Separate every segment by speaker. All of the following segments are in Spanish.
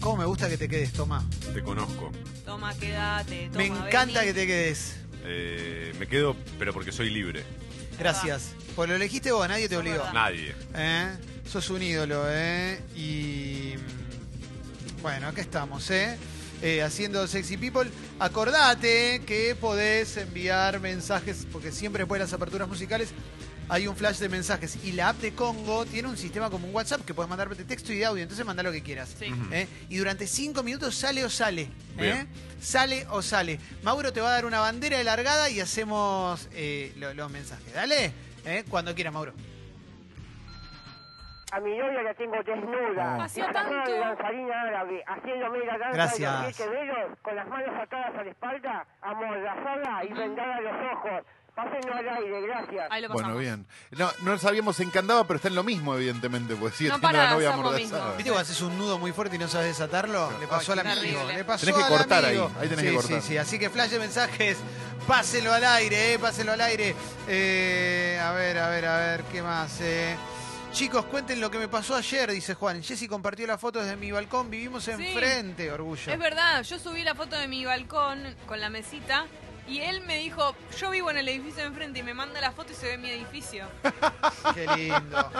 Speaker 1: ¿Cómo me gusta que te quedes, Tomá?
Speaker 2: Te conozco.
Speaker 3: Toma, quédate. Toma,
Speaker 1: Me encanta
Speaker 3: vení.
Speaker 1: que te quedes.
Speaker 2: Eh, me quedo, pero porque soy libre.
Speaker 1: Gracias. Pues lo elegiste vos, nadie te
Speaker 3: Es
Speaker 1: obligó.
Speaker 3: verdad.
Speaker 2: Nadie.
Speaker 1: ¿eh? Sos un ídolo, ¿eh? Y mm, bueno, acá estamos, ¿eh? Eh, haciendo Sexy People. Acordate que podés enviar mensajes, porque siempre después de las aperturas musicales hay un flash de mensajes. Y la app de Congo tiene un sistema como un WhatsApp que puedes mandar texto y audio, entonces manda lo que quieras.
Speaker 3: Sí.
Speaker 2: Ujú.
Speaker 1: ¿eh? Y durante cinco minutos sale o sale. ¿eh?
Speaker 2: Bien.
Speaker 1: Sale o sale. Mauro te va a dar una bandera de largada y hacemos eh, lo- los mensajes. Dale, ¿eh? cuando quieras, Mauro.
Speaker 4: A mi novia la tengo desnuda.
Speaker 5: Ah.
Speaker 1: Oh.
Speaker 3: Hacía
Speaker 4: Disfrazada
Speaker 3: tanto.
Speaker 4: de danzarina árabe, haciendo mega danza
Speaker 1: Gracias.
Speaker 4: de los siete velos, con las manos atadas a la espalda, amordazada y vendada a los ojos. Pásenlo al aire, gracias.
Speaker 3: Ahí lo pasamos.
Speaker 6: Bueno, bien. No, no sabíamos en qué andaba, pero está en lo mismo, evidentemente, porque sigue
Speaker 3: No
Speaker 6: teniendo la
Speaker 3: para,
Speaker 6: novia
Speaker 3: somos
Speaker 6: amordazada.
Speaker 3: mismos.
Speaker 1: ¿Viste cuando haces un nudo muy fuerte y no sabes desatarlo? Le pasó
Speaker 3: Ay,
Speaker 1: al
Speaker 3: Ah, qué
Speaker 1: amigo.
Speaker 3: terrible.
Speaker 1: Le pasó
Speaker 6: Tenés que
Speaker 1: al
Speaker 6: cortar
Speaker 1: amigo.
Speaker 6: ahí, ahí tenés
Speaker 1: Sí,
Speaker 6: que cortar.
Speaker 1: Sí, sí, así que flash de mensajes. Páselo al aire, eh, páselo al aire. Eh, a ver, a ver, a ver, ¿qué más? eh? Chicos, cuenten lo que me pasó ayer, dice Juan. Jessy compartió la foto desde mi balcón, vivimos enfrente, orgullo.
Speaker 3: Es verdad, yo subí la foto de mi balcón con la mesita y él me dijo, yo vivo en el edificio de enfrente y me manda la foto y se ve mi edificio.
Speaker 1: Qué lindo.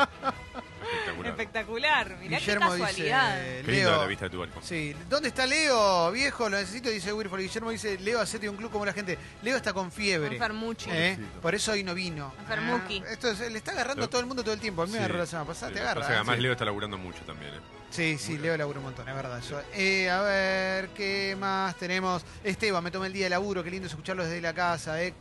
Speaker 2: Espectacular.
Speaker 3: Espectacular, mirá
Speaker 1: Guillermo
Speaker 3: qué
Speaker 1: dice,
Speaker 3: casualidad.
Speaker 2: Qué linda
Speaker 1: Leo,
Speaker 2: la vista de tu balcón.
Speaker 1: Sí, ¿dónde está Leo? Viejo, lo necesito, dice Wilford. Guillermo dice, Leo, hacete un club como la gente. Leo está con fiebre.
Speaker 3: Enfermucci.
Speaker 1: ¿eh? Por eso hoy no vino.
Speaker 3: Enfermuqui.
Speaker 1: Ah, Esto es- le está agarrando a todo el mundo todo el tiempo. A mí me
Speaker 2: Sí.
Speaker 1: agarró la semana pasada, te
Speaker 2: Sí, lo que
Speaker 1: agarra.
Speaker 2: pasa es que
Speaker 1: ¿eh?
Speaker 2: además
Speaker 1: sí.
Speaker 2: Leo está laburando mucho también. ¿eh?
Speaker 1: sí, sí, Leo labura un montón, es verdad. eso. Eh, a ver, ¿qué más tenemos? Esteban, me tomé el día de laburo, qué lindo es escucharlo desde la casa. ¿eh?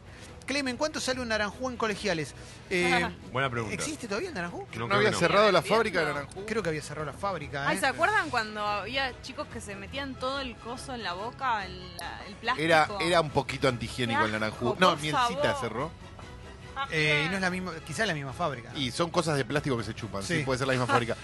Speaker 1: Clemen, ¿cuánto sale un naranjú en colegiales? Eh,
Speaker 2: Buena pregunta.
Speaker 1: ¿Existe todavía el naranjú?
Speaker 2: No,
Speaker 6: No,
Speaker 2: creo
Speaker 6: había
Speaker 2: que no.
Speaker 6: cerrado la
Speaker 3: Estoy
Speaker 6: fábrica de
Speaker 3: viendo.
Speaker 6: naranjú.
Speaker 1: Creo que había cerrado la fábrica. ¿eh?
Speaker 3: Ay, ¿se acuerdan cuando había chicos que se metían todo el coso en la boca, el, la- el plástico?
Speaker 6: Era, era un poquito antihigiénico
Speaker 3: Qué
Speaker 6: el
Speaker 3: asco,
Speaker 6: naranjú.
Speaker 3: por
Speaker 6: No, mielcita
Speaker 3: favor.
Speaker 6: cerró.
Speaker 3: Ah,
Speaker 1: Eh, y no es la misma, quizás la misma fábrica.
Speaker 6: Y son cosas de plástico que se chupan, sí,
Speaker 1: Sí.
Speaker 6: puede ser la misma fábrica.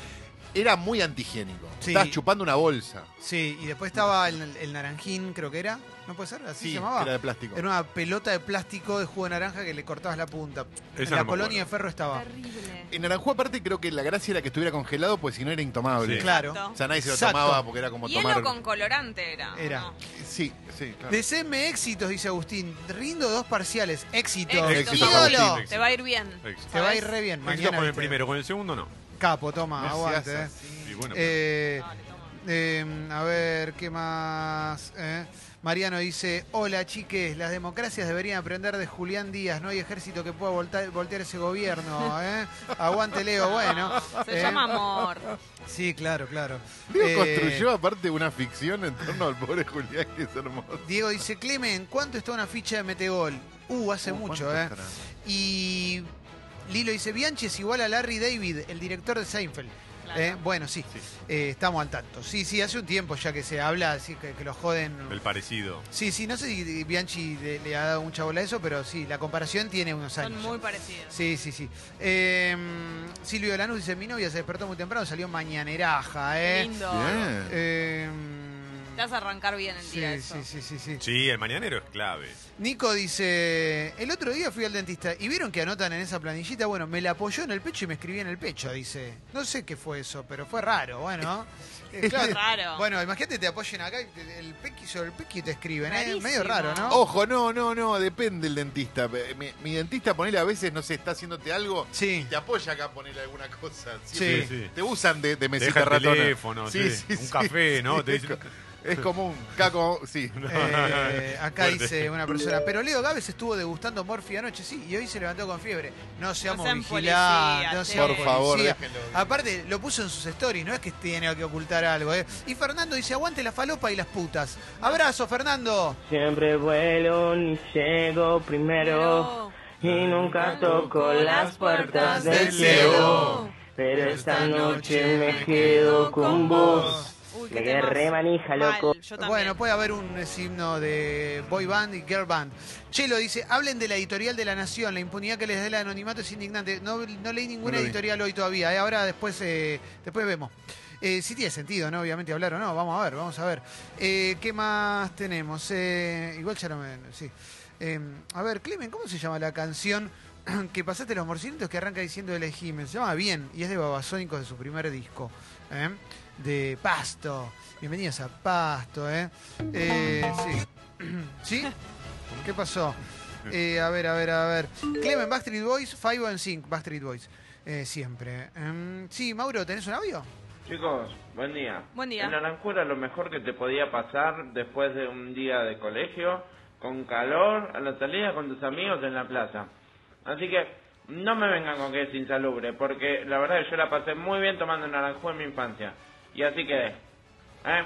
Speaker 6: Era muy antihigiénico.
Speaker 1: Sí.
Speaker 6: Estabas chupando una bolsa.
Speaker 1: Sí, y después estaba el, el naranjín, creo que era. ¿No puede ser? Así
Speaker 6: Sí,
Speaker 1: se llamaba.
Speaker 6: era de plástico.
Speaker 1: Era una pelota de plástico de jugo de naranja que le cortabas la punta.
Speaker 2: Esa
Speaker 1: en la
Speaker 2: no me
Speaker 1: colonia de
Speaker 2: acuerdo.
Speaker 1: ferro estaba.
Speaker 3: Terrible.
Speaker 6: En naranjú, aparte, creo que la gracia era que estuviera congelado, pues si no era intomable.
Speaker 2: Sí.
Speaker 1: Claro.
Speaker 3: Exacto.
Speaker 6: O sea, nadie se lo
Speaker 1: Exacto.
Speaker 6: tomaba porque era como
Speaker 3: Hielo
Speaker 6: tomar.
Speaker 3: con colorante era. ¿o
Speaker 1: Era.
Speaker 3: no?
Speaker 6: Sí, sí, claro.
Speaker 1: Deseame éxitos, dice Agustín. Rindo dos parciales. Éxito.
Speaker 3: Éxito,
Speaker 6: Éxito,
Speaker 1: ¡Ídolo!
Speaker 2: Agustín.
Speaker 3: Te va a ir bien.
Speaker 2: Éxito.
Speaker 1: Te va a ir
Speaker 3: ¿sabes?
Speaker 1: re bien.
Speaker 2: Éxito
Speaker 1: Mañana,
Speaker 2: con el
Speaker 1: viste.
Speaker 2: primero, con el segundo no.
Speaker 1: Capo, toma,
Speaker 6: No seas
Speaker 1: aguante. eh.
Speaker 6: así.
Speaker 2: Y bueno,
Speaker 1: Eh,
Speaker 3: Dale, toma.
Speaker 1: Eh, a ver, ¿qué más? Eh, Mariano dice, hola chiques, las democracias deberían aprender de Julián Díaz, no hay ejército que pueda volta- voltear ese gobierno. ¿eh? Aguante Leo, bueno.
Speaker 3: Se
Speaker 1: eh.
Speaker 3: llama amor.
Speaker 1: Sí, claro, claro.
Speaker 6: Leo
Speaker 1: Eh,
Speaker 6: construyó aparte una ficción en torno al pobre Julián, que es hermoso.
Speaker 1: Diego dice, Clemen, ¿cuánto está una ficha de Metegol? Uh, hace
Speaker 6: Uh,
Speaker 1: mucho,
Speaker 6: ¿cuánto
Speaker 1: ¿eh?
Speaker 6: estará?
Speaker 1: Y Lilo dice, Bianchi es igual a Larry David, el director de Seinfeld.
Speaker 3: Claro.
Speaker 1: Eh, bueno, sí, eh, estamos al tanto. Sí, sí, hace un tiempo ya que se habla, así que, que lo joden.
Speaker 2: el parecido.
Speaker 1: Sí, sí, no sé si Bianchi le, le ha dado mucha bola a eso, pero sí, la comparación tiene unos
Speaker 3: Son
Speaker 1: años.
Speaker 3: muy
Speaker 1: ya.
Speaker 3: parecidos.
Speaker 1: Sí, sí, sí. Eh, Silvio Lanús dice, mi novia se despertó muy temprano, salió mañaneraja,
Speaker 3: Qué
Speaker 1: ¿eh?
Speaker 3: Lindo.
Speaker 6: Bien.
Speaker 1: Eh,
Speaker 3: Te vas a arrancar bien el día.
Speaker 1: sí,
Speaker 3: eso.
Speaker 1: sí, sí, sí, sí.
Speaker 2: Sí, el mañanero es clave.
Speaker 1: Nico dice, el otro día fui al dentista y vieron que anotan en esa planillita, bueno, me la apoyó en el pecho y me escribí en el pecho, dice. No sé qué fue eso, pero fue raro, bueno. Eh, claro.
Speaker 3: Raro.
Speaker 1: Bueno, imagínate te apoyen acá y te- el pequi sobre el pequi te escriben, ¿eh?
Speaker 3: Rarísimo.
Speaker 1: Medio raro, ¿no?
Speaker 6: Ojo, no, no, no, depende el dentista. Eh, Mi, mi dentista, ponele a veces, no sé, está haciéndote algo
Speaker 1: Sí.
Speaker 6: y te apoya acá, ponele alguna cosa.
Speaker 1: Sí.
Speaker 6: Siempre Te usan de, de
Speaker 2: Te
Speaker 6: mesita
Speaker 2: deja el
Speaker 6: ratona.
Speaker 2: teléfono, sí, un café, ¿no?
Speaker 6: sí,
Speaker 2: Te
Speaker 6: es,
Speaker 2: dicen-
Speaker 6: co- es común, acá como, sí.
Speaker 1: Eh, acá
Speaker 2: Fuerte.
Speaker 1: dice una persona, pero Leo Gávez estuvo degustando morfi anoche, sí, y hoy se levantó con fiebre. No seamos
Speaker 3: sean
Speaker 1: vigilantes,
Speaker 3: policías,
Speaker 1: no
Speaker 3: che.
Speaker 1: seamos
Speaker 6: Por favor,
Speaker 1: policías.
Speaker 6: déjenlo.
Speaker 1: Aparte, lo puso en sus stories, no es que tiene que ocultar algo. ¿eh? Y Fernando dice, aguante la falopa y las putas. Abrazo, Fernando.
Speaker 5: Siempre vuelo ni llego primero
Speaker 3: Pero-
Speaker 5: y nunca toco las puertas del cielo. Pero esta noche me quedo con vos.
Speaker 3: Uy,
Speaker 5: Me
Speaker 3: qué
Speaker 5: quedé
Speaker 3: temazo.
Speaker 5: re manija,
Speaker 3: Mal,
Speaker 5: loco.
Speaker 3: yo también.
Speaker 1: Bueno, puede haber un eh, himno de boy band y girl band. Chelo dice, hablen de la editorial de La Nación, la impunidad que les da el anonimato es indignante. No, no leí ninguna
Speaker 6: No lo vi.
Speaker 1: editorial hoy todavía, eh, ahora después, eh, después vemos. Eh, sí tiene sentido, ¿no? Obviamente hablar o no, vamos a ver, vamos a ver. Eh, ¿Qué más Em, tenemos? Eh, igual ya no me... Sí. Eh, a ver, Clemen, ¿cómo se llama la canción que pasaste los morcinitos que arranca diciendo elegime. Se llama Bien y es de Babasónicos de su primer disco. ¿eh? De Pasto. Bienvenidos a Pasto, ¿eh? Eh, sí. ¿Sí? ¿Qué pasó? Eh, a ver, a ver, a ver. Clemen, Backstreet Boys, Five and Sync, Backstreet Boys. Eh, siempre. Em, sí, Mauro, ¿tenés un audio?
Speaker 7: Chicos, buen día.
Speaker 3: Buen día.
Speaker 7: En Naranjura lo mejor que te podía pasar después de un día de colegio, con calor, a la salida con tus amigos en la plaza. Así que no me vengan con que es insalubre, porque la verdad es que yo la pasé muy bien tomando naranjú en mi infancia. Y así quedé. ¿Eh?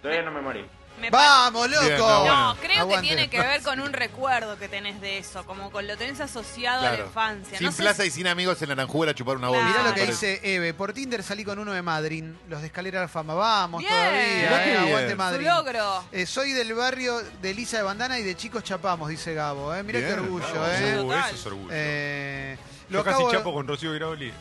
Speaker 7: Todavía no me morí.
Speaker 3: Me pa-
Speaker 1: ¡Vamos, loco!
Speaker 6: Bien, está bueno.
Speaker 3: No, creo
Speaker 1: Aguante.
Speaker 3: que tiene que ver con un recuerdo que tenés de eso, como con lo tenés asociado a la
Speaker 6: Claro.
Speaker 3: infancia.
Speaker 6: Sin
Speaker 3: no sé
Speaker 6: plaza y sin amigos en Naranjú era chupar una
Speaker 3: Claro.
Speaker 6: bolsa.
Speaker 1: Mirá lo
Speaker 3: Ah,
Speaker 1: que
Speaker 6: Por
Speaker 3: bueno.
Speaker 1: dice Eve. Por Tinder salí con uno de Madrid, los de Escalera a la Fama. Vamos
Speaker 3: Bien. Mirá
Speaker 1: todavía,
Speaker 6: qué
Speaker 1: eh,
Speaker 6: bien.
Speaker 1: aguante
Speaker 3: su
Speaker 1: Madrid.
Speaker 3: logro.
Speaker 1: Eh, soy del barrio de Lisa de Bandana y de chicos chapamos, dice Gabo. Eh. Mirá qué
Speaker 6: Bien,
Speaker 1: orgullo,
Speaker 2: Bravo.
Speaker 1: ¿eh?
Speaker 2: Uh,
Speaker 3: Total.
Speaker 2: eso es orgullo.
Speaker 1: Eh,
Speaker 2: Yo
Speaker 1: lo
Speaker 2: casi
Speaker 1: acabo de-
Speaker 2: chapo con Rocío Graoli.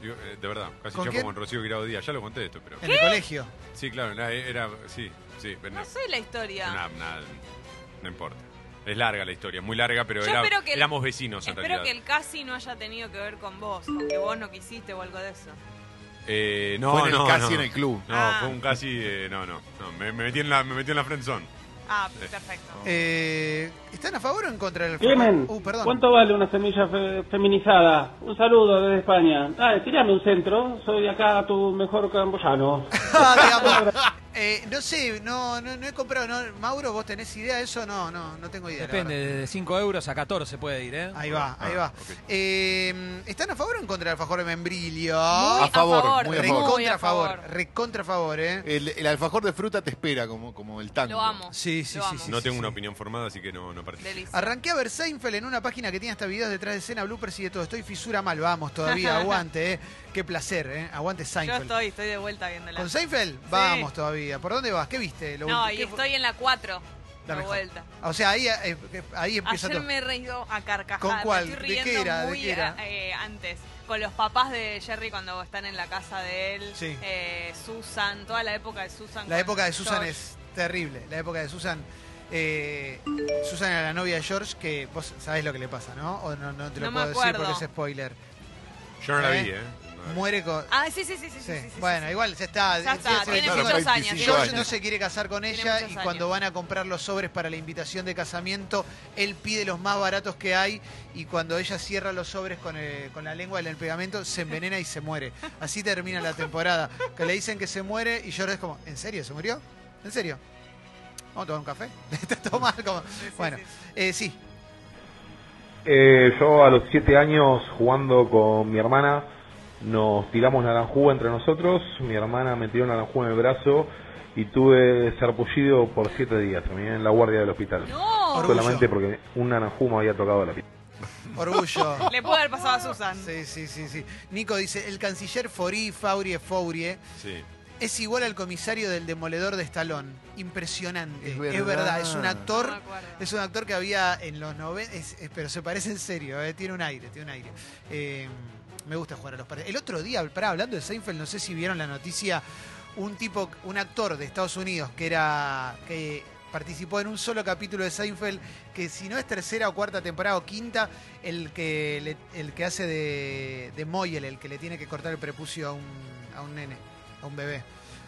Speaker 2: Digo, eh, de verdad, casi
Speaker 1: ¿Con
Speaker 2: chapo
Speaker 1: quién?
Speaker 2: con Rocío Grau Díaz. Ya lo conté esto, pero.
Speaker 1: en Ah, el colegio.
Speaker 2: Sí, claro, era. era- sí, sí. pero
Speaker 3: No sé la historia.
Speaker 2: Nah, nah, no importa. Es larga la historia, muy larga, pero
Speaker 3: Yo
Speaker 2: era-
Speaker 3: espero que el-
Speaker 2: éramos vecinos en
Speaker 3: Espero
Speaker 2: realidad.
Speaker 3: que el casi no haya tenido que ver con vos, con que vos no quisiste o algo de eso.
Speaker 2: Eh, no,
Speaker 6: Fue en
Speaker 2: no,
Speaker 6: el casi
Speaker 2: no.
Speaker 6: en el club.
Speaker 2: No,
Speaker 3: Ah.
Speaker 2: fue un casi. eh, no, no. no, me, me metí en la, me metí en la friendzone.
Speaker 3: Ah, perfecto.
Speaker 1: Eh, ¿Están a favor o en contra del
Speaker 8: Clemen,
Speaker 1: Uh, perdón.
Speaker 8: ¿cuánto vale una semilla fe- feminizada? Un saludo desde España. Ah, tirame un centro, soy acá tu mejor camboyano.
Speaker 1: Ah, digamos, eh, no sé, no, no, no he comprado. no. Mauro, ¿vos tenés idea de eso? No, no, no tengo idea. la
Speaker 9: Depende,
Speaker 1: verdad.
Speaker 9: de 5 euros a 14 puede ir, ¿eh?
Speaker 1: Ahí va, ahí va. Eh, ¿Están a favor o en contra del alfajor de membrillo?
Speaker 3: Muy
Speaker 6: a favor, muy a favor.
Speaker 1: Recontra a favor, recontra a favor, ¿eh?
Speaker 6: El, el alfajor de fruta te espera como, como el tango.
Speaker 3: Lo amo.
Speaker 1: Sí, sí,
Speaker 3: Lo
Speaker 1: sí,
Speaker 3: amo.
Speaker 1: sí.
Speaker 2: No tengo una opinión formada, así que no, no participo.
Speaker 3: Delicia.
Speaker 1: Arranqué a ver Seinfeld en una página que tiene hasta videos detrás de escena, bloopers y de todo. Estoy fisura mal, vamos todavía, aguante, ¿eh? Qué placer, ¿eh? Aguante
Speaker 3: Yo
Speaker 1: Seinfeld.
Speaker 3: estoy, estoy de vuelta viéndola.
Speaker 1: ¿Con Seinfeld? Vamos todavía. ¿Por dónde vas? ¿Qué viste? Lo
Speaker 3: No,
Speaker 1: último?
Speaker 3: y
Speaker 1: ¿Qué fu-
Speaker 3: estoy en la 4,
Speaker 1: La
Speaker 3: de
Speaker 1: mejor.
Speaker 3: vuelta.
Speaker 1: O sea, ahí, eh, eh, ahí empieza
Speaker 3: Ayer
Speaker 1: todo.
Speaker 3: me he reído a carcajadas.
Speaker 1: ¿Con
Speaker 3: me
Speaker 1: cuál?
Speaker 3: estoy
Speaker 1: ¿De qué
Speaker 3: riendo
Speaker 1: era? ¿De
Speaker 3: muy,
Speaker 1: qué era?
Speaker 3: eh, antes. Con los papás de Jerry cuando están en la casa de él.
Speaker 1: Sí.
Speaker 3: Eh, Susan, toda la época de Susan.
Speaker 1: La
Speaker 3: con
Speaker 1: época de Susan
Speaker 3: George.
Speaker 1: es terrible. La época de Susan. eh, Susan era la novia de George, que vos sabés lo que le pasa, ¿no? O no, no te lo
Speaker 3: No me
Speaker 1: puedo decir
Speaker 3: acuerdo.
Speaker 1: porque es spoiler.
Speaker 2: Yo no la
Speaker 1: ¿Eh?
Speaker 2: vi, ¿eh? No la vi.
Speaker 1: Muere con.
Speaker 3: Ah, sí, sí, sí, sí. sí,
Speaker 1: Sí.
Speaker 3: sí, sí,
Speaker 1: bueno, eh,
Speaker 3: sí.
Speaker 1: igual ya está.
Speaker 3: Ya está,
Speaker 1: Sí,
Speaker 3: tiene
Speaker 1: sí,
Speaker 6: Son
Speaker 3: muchos años.
Speaker 6: 25
Speaker 3: tiene
Speaker 1: George
Speaker 3: muchos
Speaker 1: no
Speaker 6: años.
Speaker 1: se quiere casar con
Speaker 3: Tiene
Speaker 1: ella
Speaker 3: muchos
Speaker 1: y cuando
Speaker 3: años.
Speaker 1: van a comprar los sobres para la invitación de casamiento, él pide los más baratos que hay y cuando ella cierra los sobres con, eh, con la lengua en el pegamento, se envenena y se muere. Así termina la temporada. Que le dicen que se muere y George es como, ¿en serio? ¿Se murió? ¿En serio? ¿Vamos a tomar un café? Está todo mal, como- bueno, eh, sí.
Speaker 10: Eh, yo a los 7 años jugando con mi hermana nos tiramos naranjú entre nosotros, mi hermana me tiró naranjú en el brazo y tuve sarpullido por 7 días, también en la guardia del hospital.
Speaker 3: No,
Speaker 1: Orgullo.
Speaker 10: Solamente porque un naranjú me había tocado la piel.
Speaker 1: Orgullo.
Speaker 3: le puede haber pasado a Susan.
Speaker 1: Sí, sí, sí, sí. Nico dice, el canciller Forí, Faurie, Faurie,
Speaker 2: Sí.
Speaker 1: Es igual al comisario del demoledor de Estalón. Impresionante. Es
Speaker 6: Es
Speaker 1: verdad,
Speaker 6: verdad.
Speaker 1: es, un
Speaker 3: No me
Speaker 1: actor.
Speaker 3: acuerdo.
Speaker 1: Es un actor que había en los 90, pero se parece en serio, eh, tiene un aire, tiene un aire. Eh, me gusta jugar a los partidos. El otro día, pará, hablando de Seinfeld, no sé si vieron la noticia, un tipo, un actor de Estados Unidos que era que participó en un solo capítulo de Seinfeld, que si no es tercera o cuarta temporada o quinta, el que le- el que hace de, de Moyel, el que le tiene que cortar el prepucio a un, a un nene, a un bebé.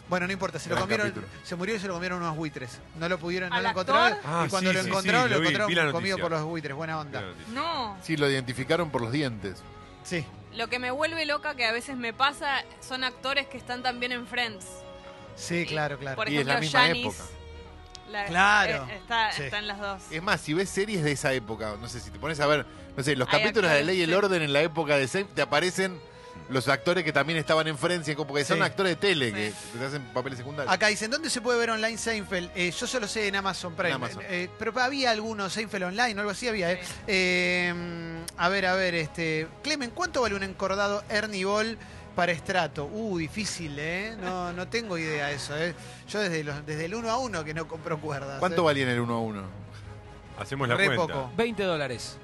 Speaker 1: Bueno, no importa, se lo
Speaker 6: Gran
Speaker 1: comieron,
Speaker 6: capítulo.
Speaker 1: se murió y se lo comieron unos buitres. No lo pudieron, no
Speaker 3: ¿Al
Speaker 1: lo
Speaker 3: actor?
Speaker 1: encontraron.
Speaker 2: Ah,
Speaker 1: y cuando
Speaker 2: sí,
Speaker 1: lo
Speaker 2: sí,
Speaker 1: encontraron,
Speaker 2: sí,
Speaker 1: lo
Speaker 2: lo vi, vi la
Speaker 1: encontraron comido
Speaker 2: noticia.
Speaker 1: por los buitres. Buena onda.
Speaker 3: No.
Speaker 6: Sí, lo identificaron por los dientes.
Speaker 1: Sí.
Speaker 3: Lo que me vuelve loca que a veces me pasa son actores que están también en Friends.
Speaker 1: Sí, claro, claro.
Speaker 3: Por
Speaker 6: Y es la
Speaker 3: ejemplo,
Speaker 6: misma
Speaker 3: Janis.
Speaker 6: época.
Speaker 3: la-
Speaker 1: Claro.
Speaker 3: eh, está,
Speaker 1: Sí.
Speaker 3: está en las dos.
Speaker 6: Es más, si ves series de esa época, no sé, si te pones a ver, no sé, los
Speaker 3: Hay
Speaker 6: capítulos de
Speaker 3: actores,
Speaker 6: la ley y el
Speaker 3: sí.
Speaker 6: orden en la época de Seinfeld, te aparecen los actores que también estaban en Francia, como que son
Speaker 1: Sí.
Speaker 6: actores de tele,
Speaker 3: Sí.
Speaker 6: que te hacen papeles secundarios.
Speaker 1: Acá dicen, ¿dónde se puede ver online Seinfeld? Eh, yo solo sé en Amazon Prime.
Speaker 6: En Amazon.
Speaker 1: Eh, pero había algunos Seinfeld online o algo así había. eh.
Speaker 3: Sí.
Speaker 1: Eh, a ver, a ver, este. Clemen, ¿cuánto vale un encordado Ernie Ball para estrato? Uh, difícil, ¿eh? No, no tengo idea de eso, ¿eh? Yo desde, los- desde el 1 a 1 que no compro cuerdas.
Speaker 6: ¿Cuánto
Speaker 1: eh.
Speaker 6: valían el 1 a 1?
Speaker 2: Hacemos la
Speaker 1: Re
Speaker 2: cuenta.
Speaker 1: poco.
Speaker 9: 20 dólares.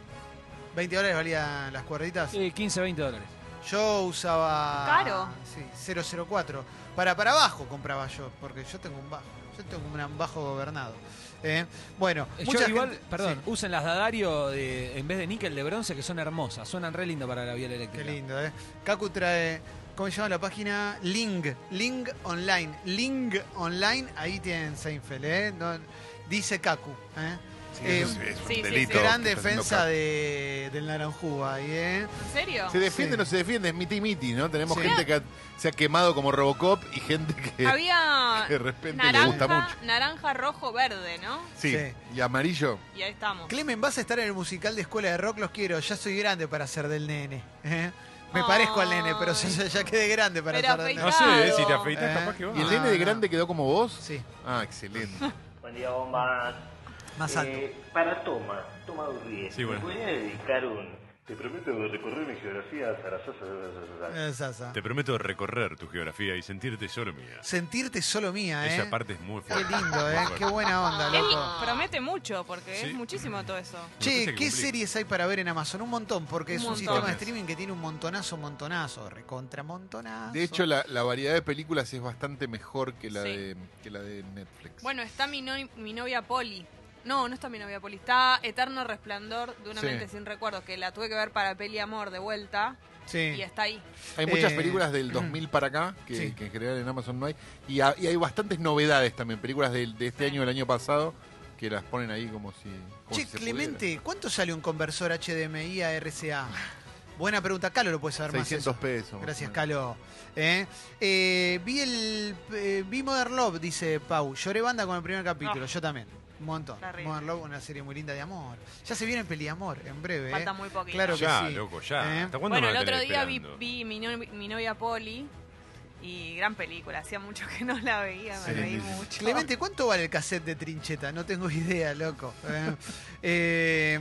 Speaker 1: 20 dólares valían las cuerditas.
Speaker 9: Eh, 15, 20 dólares.
Speaker 1: Yo usaba.
Speaker 3: Caro.
Speaker 1: Sí, 004. Para, para abajo compraba yo, porque yo tengo un bajo. Yo tengo un bajo gobernado. ¿eh? Bueno,
Speaker 9: Yo
Speaker 1: mucha
Speaker 9: igual,
Speaker 1: gente-
Speaker 9: perdón,
Speaker 1: sí,
Speaker 9: usen las Dadario de- en vez de níquel de bronce que son hermosas, suenan re lindo para la vía
Speaker 1: qué
Speaker 9: eléctrica.
Speaker 1: lindo, ¿eh? Kaku trae, ¿cómo se llama la página? Ling, Ling Online. Ling Online, ahí tienen Seinfeld, ¿eh? No- dice Kaku, ¿eh? Eh,
Speaker 6: es, es un
Speaker 3: sí, sí,
Speaker 6: delito.
Speaker 3: sí.
Speaker 1: gran
Speaker 6: que está haciendo
Speaker 1: defensa
Speaker 6: Capu.
Speaker 1: de, del Naranjú ahí, ¿eh?
Speaker 3: ¿En serio?
Speaker 6: ¿Se
Speaker 1: Sí.
Speaker 6: defiende o no se defiende? Es miti miti, ¿no? Tenemos
Speaker 1: Sí.
Speaker 6: gente que ha- se ha quemado como Robocop y gente que
Speaker 3: Había
Speaker 6: de repente le gusta
Speaker 3: naranja,
Speaker 6: mucho.
Speaker 3: naranja, rojo, verde, ¿no?
Speaker 6: Sí.
Speaker 1: Sí.
Speaker 6: Y amarillo.
Speaker 3: Y ahí estamos.
Speaker 1: Clemen, vas a estar en el musical de Escuela de Rock, los quiero. Ya soy grande para ser del nene. ¿eh? Me
Speaker 3: Ay.
Speaker 1: parezco al nene, pero ya, ya- ya quedé grande para
Speaker 3: Pero
Speaker 1: ser del
Speaker 2: No
Speaker 1: nene.
Speaker 3: afeitado.
Speaker 2: sé, eh,
Speaker 3: Claro.
Speaker 2: si te afeitas
Speaker 1: Eh,
Speaker 2: capaz que va.
Speaker 6: ¿Y el
Speaker 1: Ah,
Speaker 6: nene de
Speaker 1: no.
Speaker 6: grande quedó como vos?
Speaker 1: Sí,
Speaker 6: Ah, excelente.
Speaker 5: Buen día, bombas.
Speaker 1: más alto.
Speaker 5: Eh, para Toma, Toma Urriel.
Speaker 2: Sí, bueno.
Speaker 5: ¿Me podría dedicar un...
Speaker 11: Te prometo recorrer mi geografía Sarasota.
Speaker 1: Eh, Sasa.
Speaker 2: Te prometo recorrer tu geografía y sentirte solo mía.
Speaker 1: Sentirte solo mía, ¿eh?
Speaker 2: Esa parte es muy
Speaker 1: Qué
Speaker 2: fuerte.
Speaker 1: lindo,
Speaker 2: Muy
Speaker 1: ¿eh?
Speaker 2: fuerte.
Speaker 1: Qué buena onda,
Speaker 3: Él
Speaker 1: loco.
Speaker 3: promete mucho, porque
Speaker 2: Sí.
Speaker 3: es muchísimo todo eso.
Speaker 2: Me
Speaker 1: Che,
Speaker 2: parece
Speaker 1: ¿qué
Speaker 2: que cumplí.
Speaker 1: series hay para ver en Amazon? Un montón, porque
Speaker 3: Un
Speaker 1: es un
Speaker 3: montón.
Speaker 1: sistema de streaming que tiene un montonazo, montonazo, recontra montonazo.
Speaker 6: De hecho, la, la variedad de películas es bastante mejor que la,
Speaker 3: Sí.
Speaker 6: de, que la de Netflix.
Speaker 3: Bueno, está mi, no- mi novia Poli. No, no está mi novia Poli. Está Eterno Resplandor de una
Speaker 6: Sí.
Speaker 3: mente sin recuerdos, que la tuve que ver para Peli Amor de vuelta. Y
Speaker 1: Sí.
Speaker 3: está ahí.
Speaker 6: hay muchas
Speaker 1: eh,
Speaker 6: películas del 2000 para acá, que,
Speaker 1: sí.
Speaker 6: que en general en Amazon no hay. Y, ha- y hay bastantes novedades también, películas del- de, este
Speaker 3: Sí.
Speaker 6: año, del año pasado, que las ponen ahí como si. como
Speaker 1: Che,
Speaker 6: si se
Speaker 1: Clemente, ¿cuánto sale un conversor HDMI a RCA? Buena pregunta, Calo lo puede
Speaker 6: pudiera.
Speaker 1: saber más.
Speaker 6: 600
Speaker 1: eso.
Speaker 6: pesos. más
Speaker 1: Gracias,
Speaker 6: o menos.
Speaker 1: Calo. ¿Eh? Eh, vi el eh, vi Modern Love, dice Pau. Lloré banda con el primer capítulo,
Speaker 3: No.
Speaker 1: yo también. Un montón.
Speaker 3: Terrible.
Speaker 1: Modern Love, una serie muy linda de amor. Ya se viene Peliamor en breve. ¿eh?
Speaker 3: Falta muy poquito.
Speaker 1: Claro que
Speaker 2: Ya,
Speaker 1: sí.
Speaker 2: loco, ya.
Speaker 1: Eh.
Speaker 2: ¿Hasta cuándo me
Speaker 3: Bueno, el
Speaker 2: van a
Speaker 3: otro
Speaker 2: tener
Speaker 3: día vi,
Speaker 2: esperando?
Speaker 3: vi mi, no- mi novia Poli y gran película. Hacía mucho que no la veía, me
Speaker 6: Sí.
Speaker 3: reí mucho.
Speaker 1: Clemente, ¿cuánto vale el cassette de Trincheta? No tengo idea, loco. Eh, eh,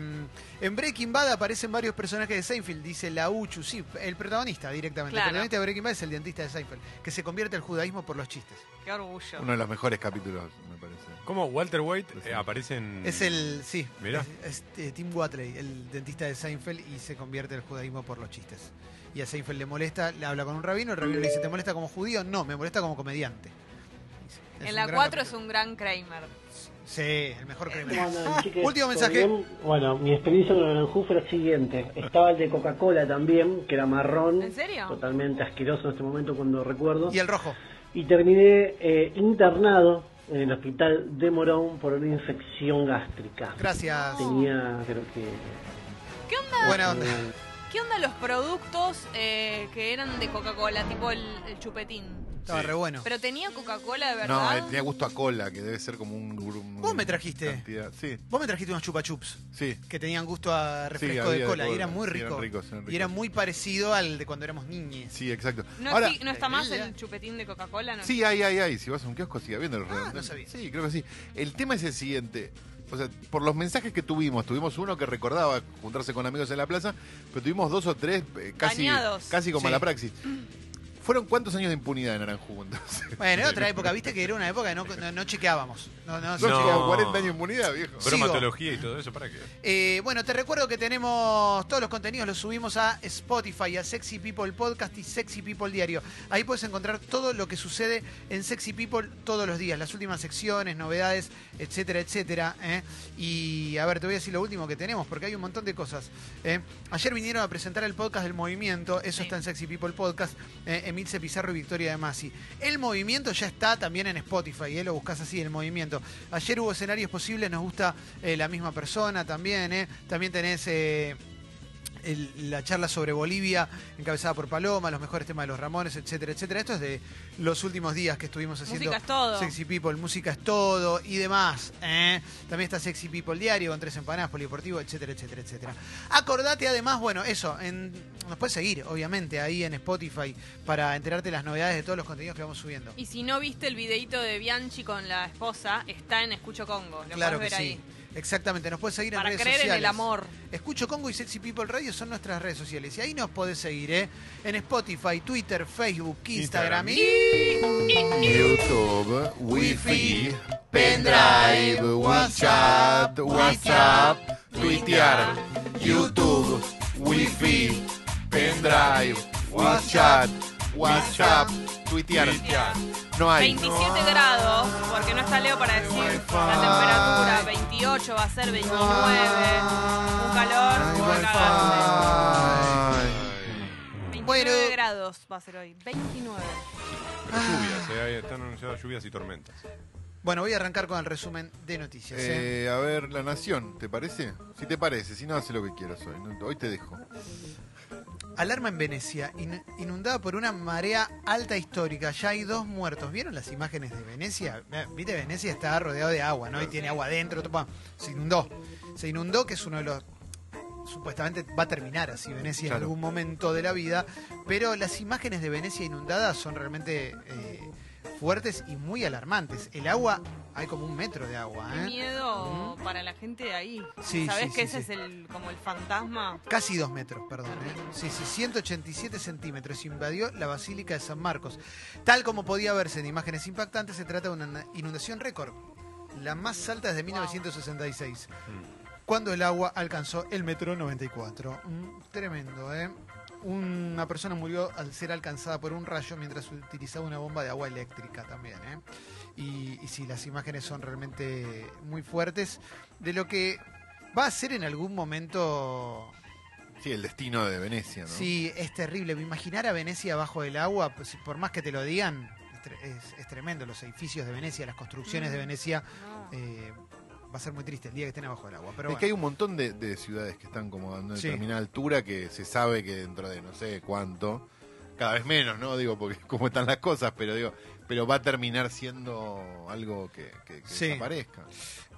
Speaker 1: en Breaking Bad aparecen varios personajes de Seinfeld, dice la Uchu. Sí, el protagonista directamente.
Speaker 3: Claro.
Speaker 1: El protagonista de Breaking Bad es el dentista de Seinfeld, que se convierte al judaísmo por los chistes.
Speaker 3: Qué orgullo.
Speaker 6: Uno de los mejores capítulos, me parece.
Speaker 2: ¿Cómo Walter White
Speaker 6: Lo
Speaker 2: eh,
Speaker 6: sé.
Speaker 2: aparece en.
Speaker 1: Es el, sí,
Speaker 2: Mirá.
Speaker 1: es, es, eh, Tim Watley, el dentista de Seinfeld, y se convierte al judaísmo por los chistes. Y a Seinfeld le molesta, le habla con un rabino, el rabino le dice, ¿te molesta como judío? No, me molesta como comediante. Dice, es
Speaker 3: en
Speaker 1: un
Speaker 3: la
Speaker 1: gran
Speaker 3: 4 es
Speaker 1: capítulo.
Speaker 3: un gran Kramer.
Speaker 1: Sí, el mejor que
Speaker 8: ¿Cómo andan, chiques?
Speaker 1: Último
Speaker 8: ¿Todo
Speaker 1: mensaje.
Speaker 8: bien?
Speaker 11: Bueno, mi experiencia con el naranjú fue la siguiente. Estaba el de Coca-Cola también, que era marrón.
Speaker 3: ¿En serio?
Speaker 11: Totalmente asqueroso en este momento cuando recuerdo.
Speaker 1: Y el rojo.
Speaker 11: Y terminé eh, internado en el hospital de Morón por una infección gástrica.
Speaker 1: Gracias.
Speaker 11: Tenía, creo que...
Speaker 3: ¿Qué onda,
Speaker 1: Buena onda.
Speaker 11: eh,
Speaker 3: ¿Qué onda los productos eh, que eran de Coca-Cola, tipo el, el chupetín?
Speaker 1: Estaba
Speaker 2: Sí.
Speaker 1: re bueno.
Speaker 3: ¿Pero tenía Coca-Cola de
Speaker 6: No,
Speaker 3: verdad?
Speaker 6: eh, tenía gusto a cola, que debe ser como un. un-
Speaker 1: Vos me trajiste.
Speaker 6: cantidad. Sí,
Speaker 1: Vos me trajiste unos chupa chups
Speaker 6: sí.
Speaker 1: que tenían gusto a refresco
Speaker 6: había
Speaker 1: de
Speaker 6: de
Speaker 1: cola y
Speaker 6: cola.
Speaker 1: era muy
Speaker 6: Sí, eran
Speaker 1: rico.
Speaker 6: ricos, eran
Speaker 1: Y era
Speaker 6: ricos.
Speaker 1: muy parecido al de cuando éramos niñes.
Speaker 6: Sí, exacto.
Speaker 3: no,
Speaker 6: Ahora,
Speaker 3: exi- no está más
Speaker 1: Emilia.
Speaker 3: el chupetín de Coca-Cola? No.
Speaker 6: Sí, hay, hay, hay. Si vas a un kiosco, sigue habiendo los
Speaker 1: Ah, no
Speaker 6: redondeles.
Speaker 1: sabía.
Speaker 6: Sí, creo que sí. El tema es el siguiente. O sea, por los mensajes que tuvimos, tuvimos uno que recordaba juntarse con amigos en la plaza, pero tuvimos dos o tres eh, casi,
Speaker 3: Bañados.
Speaker 6: casi con
Speaker 1: Sí. Mm.
Speaker 6: mala praxis. ¿Fueron cuántos años de impunidad en Naranjú entonces?
Speaker 1: Bueno, era otra época, viste que era una época que no, no, no chequeábamos. No, no,
Speaker 6: No,
Speaker 1: no.
Speaker 6: llegaba a 40 años de impunidad, viejo.
Speaker 1: Sí.
Speaker 2: Bromatología y todo eso, ¿para qué?
Speaker 1: Eh, bueno, te recuerdo que tenemos todos los contenidos, los subimos a Spotify, a Sexy People Podcast y Sexy People Diario. Ahí puedes encontrar todo lo que sucede en Sexy People todos los días, las últimas secciones, novedades, etcétera, etcétera. ¿eh? Y a ver, te voy a decir lo último que tenemos, porque hay un montón de cosas. ¿eh? Ayer vinieron a presentar el podcast del movimiento, eso
Speaker 3: Sí.
Speaker 1: está en Sexy People Podcast, eh, Emilce Pizarro y Victoria de Masi. El movimiento ya está también en Spotify, ¿eh? lo buscas así, el movimiento. Ayer hubo escenarios posibles, nos gusta eh, la misma persona también, ¿eh? También tenés... eh, el- la charla sobre Bolivia, encabezada por Paloma, los mejores temas de los Ramones, etcétera, etcétera. Esto es de los últimos días que estuvimos haciendo
Speaker 3: Música es todo.
Speaker 1: Sexy People, Música es todo y demás. ¿eh? También está Sexy People Diario, con tres empanadas, polideportivo, etcétera, etcétera, etcétera. Acordate además, bueno, eso, en- nos puedes seguir, obviamente, ahí en Spotify para enterarte de las novedades de todos los contenidos que vamos subiendo.
Speaker 3: Y si no viste el videito de Bianchi con la esposa, está en Escucho Congo. Lo
Speaker 1: Claro que
Speaker 3: podés ver
Speaker 1: sí.
Speaker 3: ahí.
Speaker 1: Exactamente, nos puedes seguir en
Speaker 3: Para
Speaker 1: redes
Speaker 3: creer
Speaker 1: sociales.
Speaker 3: en el amor.
Speaker 1: Escucho Congo y Sexy People Radio son nuestras redes sociales. Y ahí nos podés seguir, ¿eh? En Spotify, Twitter, Facebook, Instagram,
Speaker 2: Instagram.
Speaker 6: YouTube, Wi-Fi,
Speaker 1: pendrive, WhatsApp, WhatsApp,
Speaker 6: Twittear, YouTube, Wi-Fi, pendrive, WhatsApp, WhatsApp, tuitear.
Speaker 2: Tuitear.
Speaker 6: No hay.
Speaker 3: 27 grados, porque no está Leo para decir la temperatura. 28 va a ser 29. Un calor. como acá.
Speaker 6: Ay.
Speaker 3: 29
Speaker 1: Bueno.
Speaker 3: grados va a ser hoy. 29.
Speaker 2: Pero
Speaker 1: Ah.
Speaker 2: lluvias, eh, ahí están anunciadas lluvias y tormentas.
Speaker 1: Bueno, voy a arrancar con el resumen de noticias. ¿eh?
Speaker 6: Eh, a ver, La Nación, ¿te parece? Si te parece, si no, hace lo que quieras hoy. No, Hoy te dejo.
Speaker 1: Alarma en Venecia, in- inundada por una marea alta histórica. Ya hay dos muertos. ¿Vieron las imágenes de Venecia? Eh, Viste, Venecia está rodeado de agua, ¿no? Y tiene agua adentro. todo, pa. Se inundó. Se inundó, que es uno de los. Supuestamente va a terminar así Venecia en
Speaker 6: Claro.
Speaker 1: algún momento de la vida. Pero las imágenes de Venecia inundada son realmente eh, fuertes y muy alarmantes. El agua, hay como un metro de agua,
Speaker 3: Qué
Speaker 1: ¿eh?
Speaker 3: miedo para la gente de ahí.
Speaker 1: Sí,
Speaker 3: ¿Sabés
Speaker 1: sí,
Speaker 3: que
Speaker 1: sí,
Speaker 3: ese
Speaker 1: sí.
Speaker 3: es el, como el fantasma?
Speaker 1: Casi dos metros, perdón. ¿eh? Sí, sí, 187 centímetros. Invadió la Basílica de San Marcos. Tal como podía verse en imágenes impactantes, se trata de una inundación récord. La más alta desde 1966. Cuando el agua alcanzó el metro 94. Mm, tremendo, ¿eh? Una persona murió al ser alcanzada por un rayo mientras utilizaba una bomba de agua eléctrica también, ¿eh? Y, y sí, las imágenes son realmente muy fuertes de lo que va a ser en algún momento
Speaker 6: Sí, el destino de Venecia, ¿no?
Speaker 1: Sí, es terrible. Imaginar a Venecia bajo el agua, pues, por más que te lo digan, es, tre- es- es tremendo. Los edificios de Venecia, las construcciones de
Speaker 6: Mm.
Speaker 1: Venecia,
Speaker 3: No.
Speaker 1: eh, va a ser muy triste el día que estén abajo del agua. Pero
Speaker 6: es
Speaker 1: bueno.
Speaker 6: que hay un montón de, de ciudades que están como a una
Speaker 1: Sí.
Speaker 6: determinada altura que se sabe que dentro de no sé cuánto, cada vez menos, ¿no? Digo, porque como están las cosas, pero digo, pero va a terminar siendo algo que, que- que
Speaker 1: Sí.
Speaker 6: desaparezca.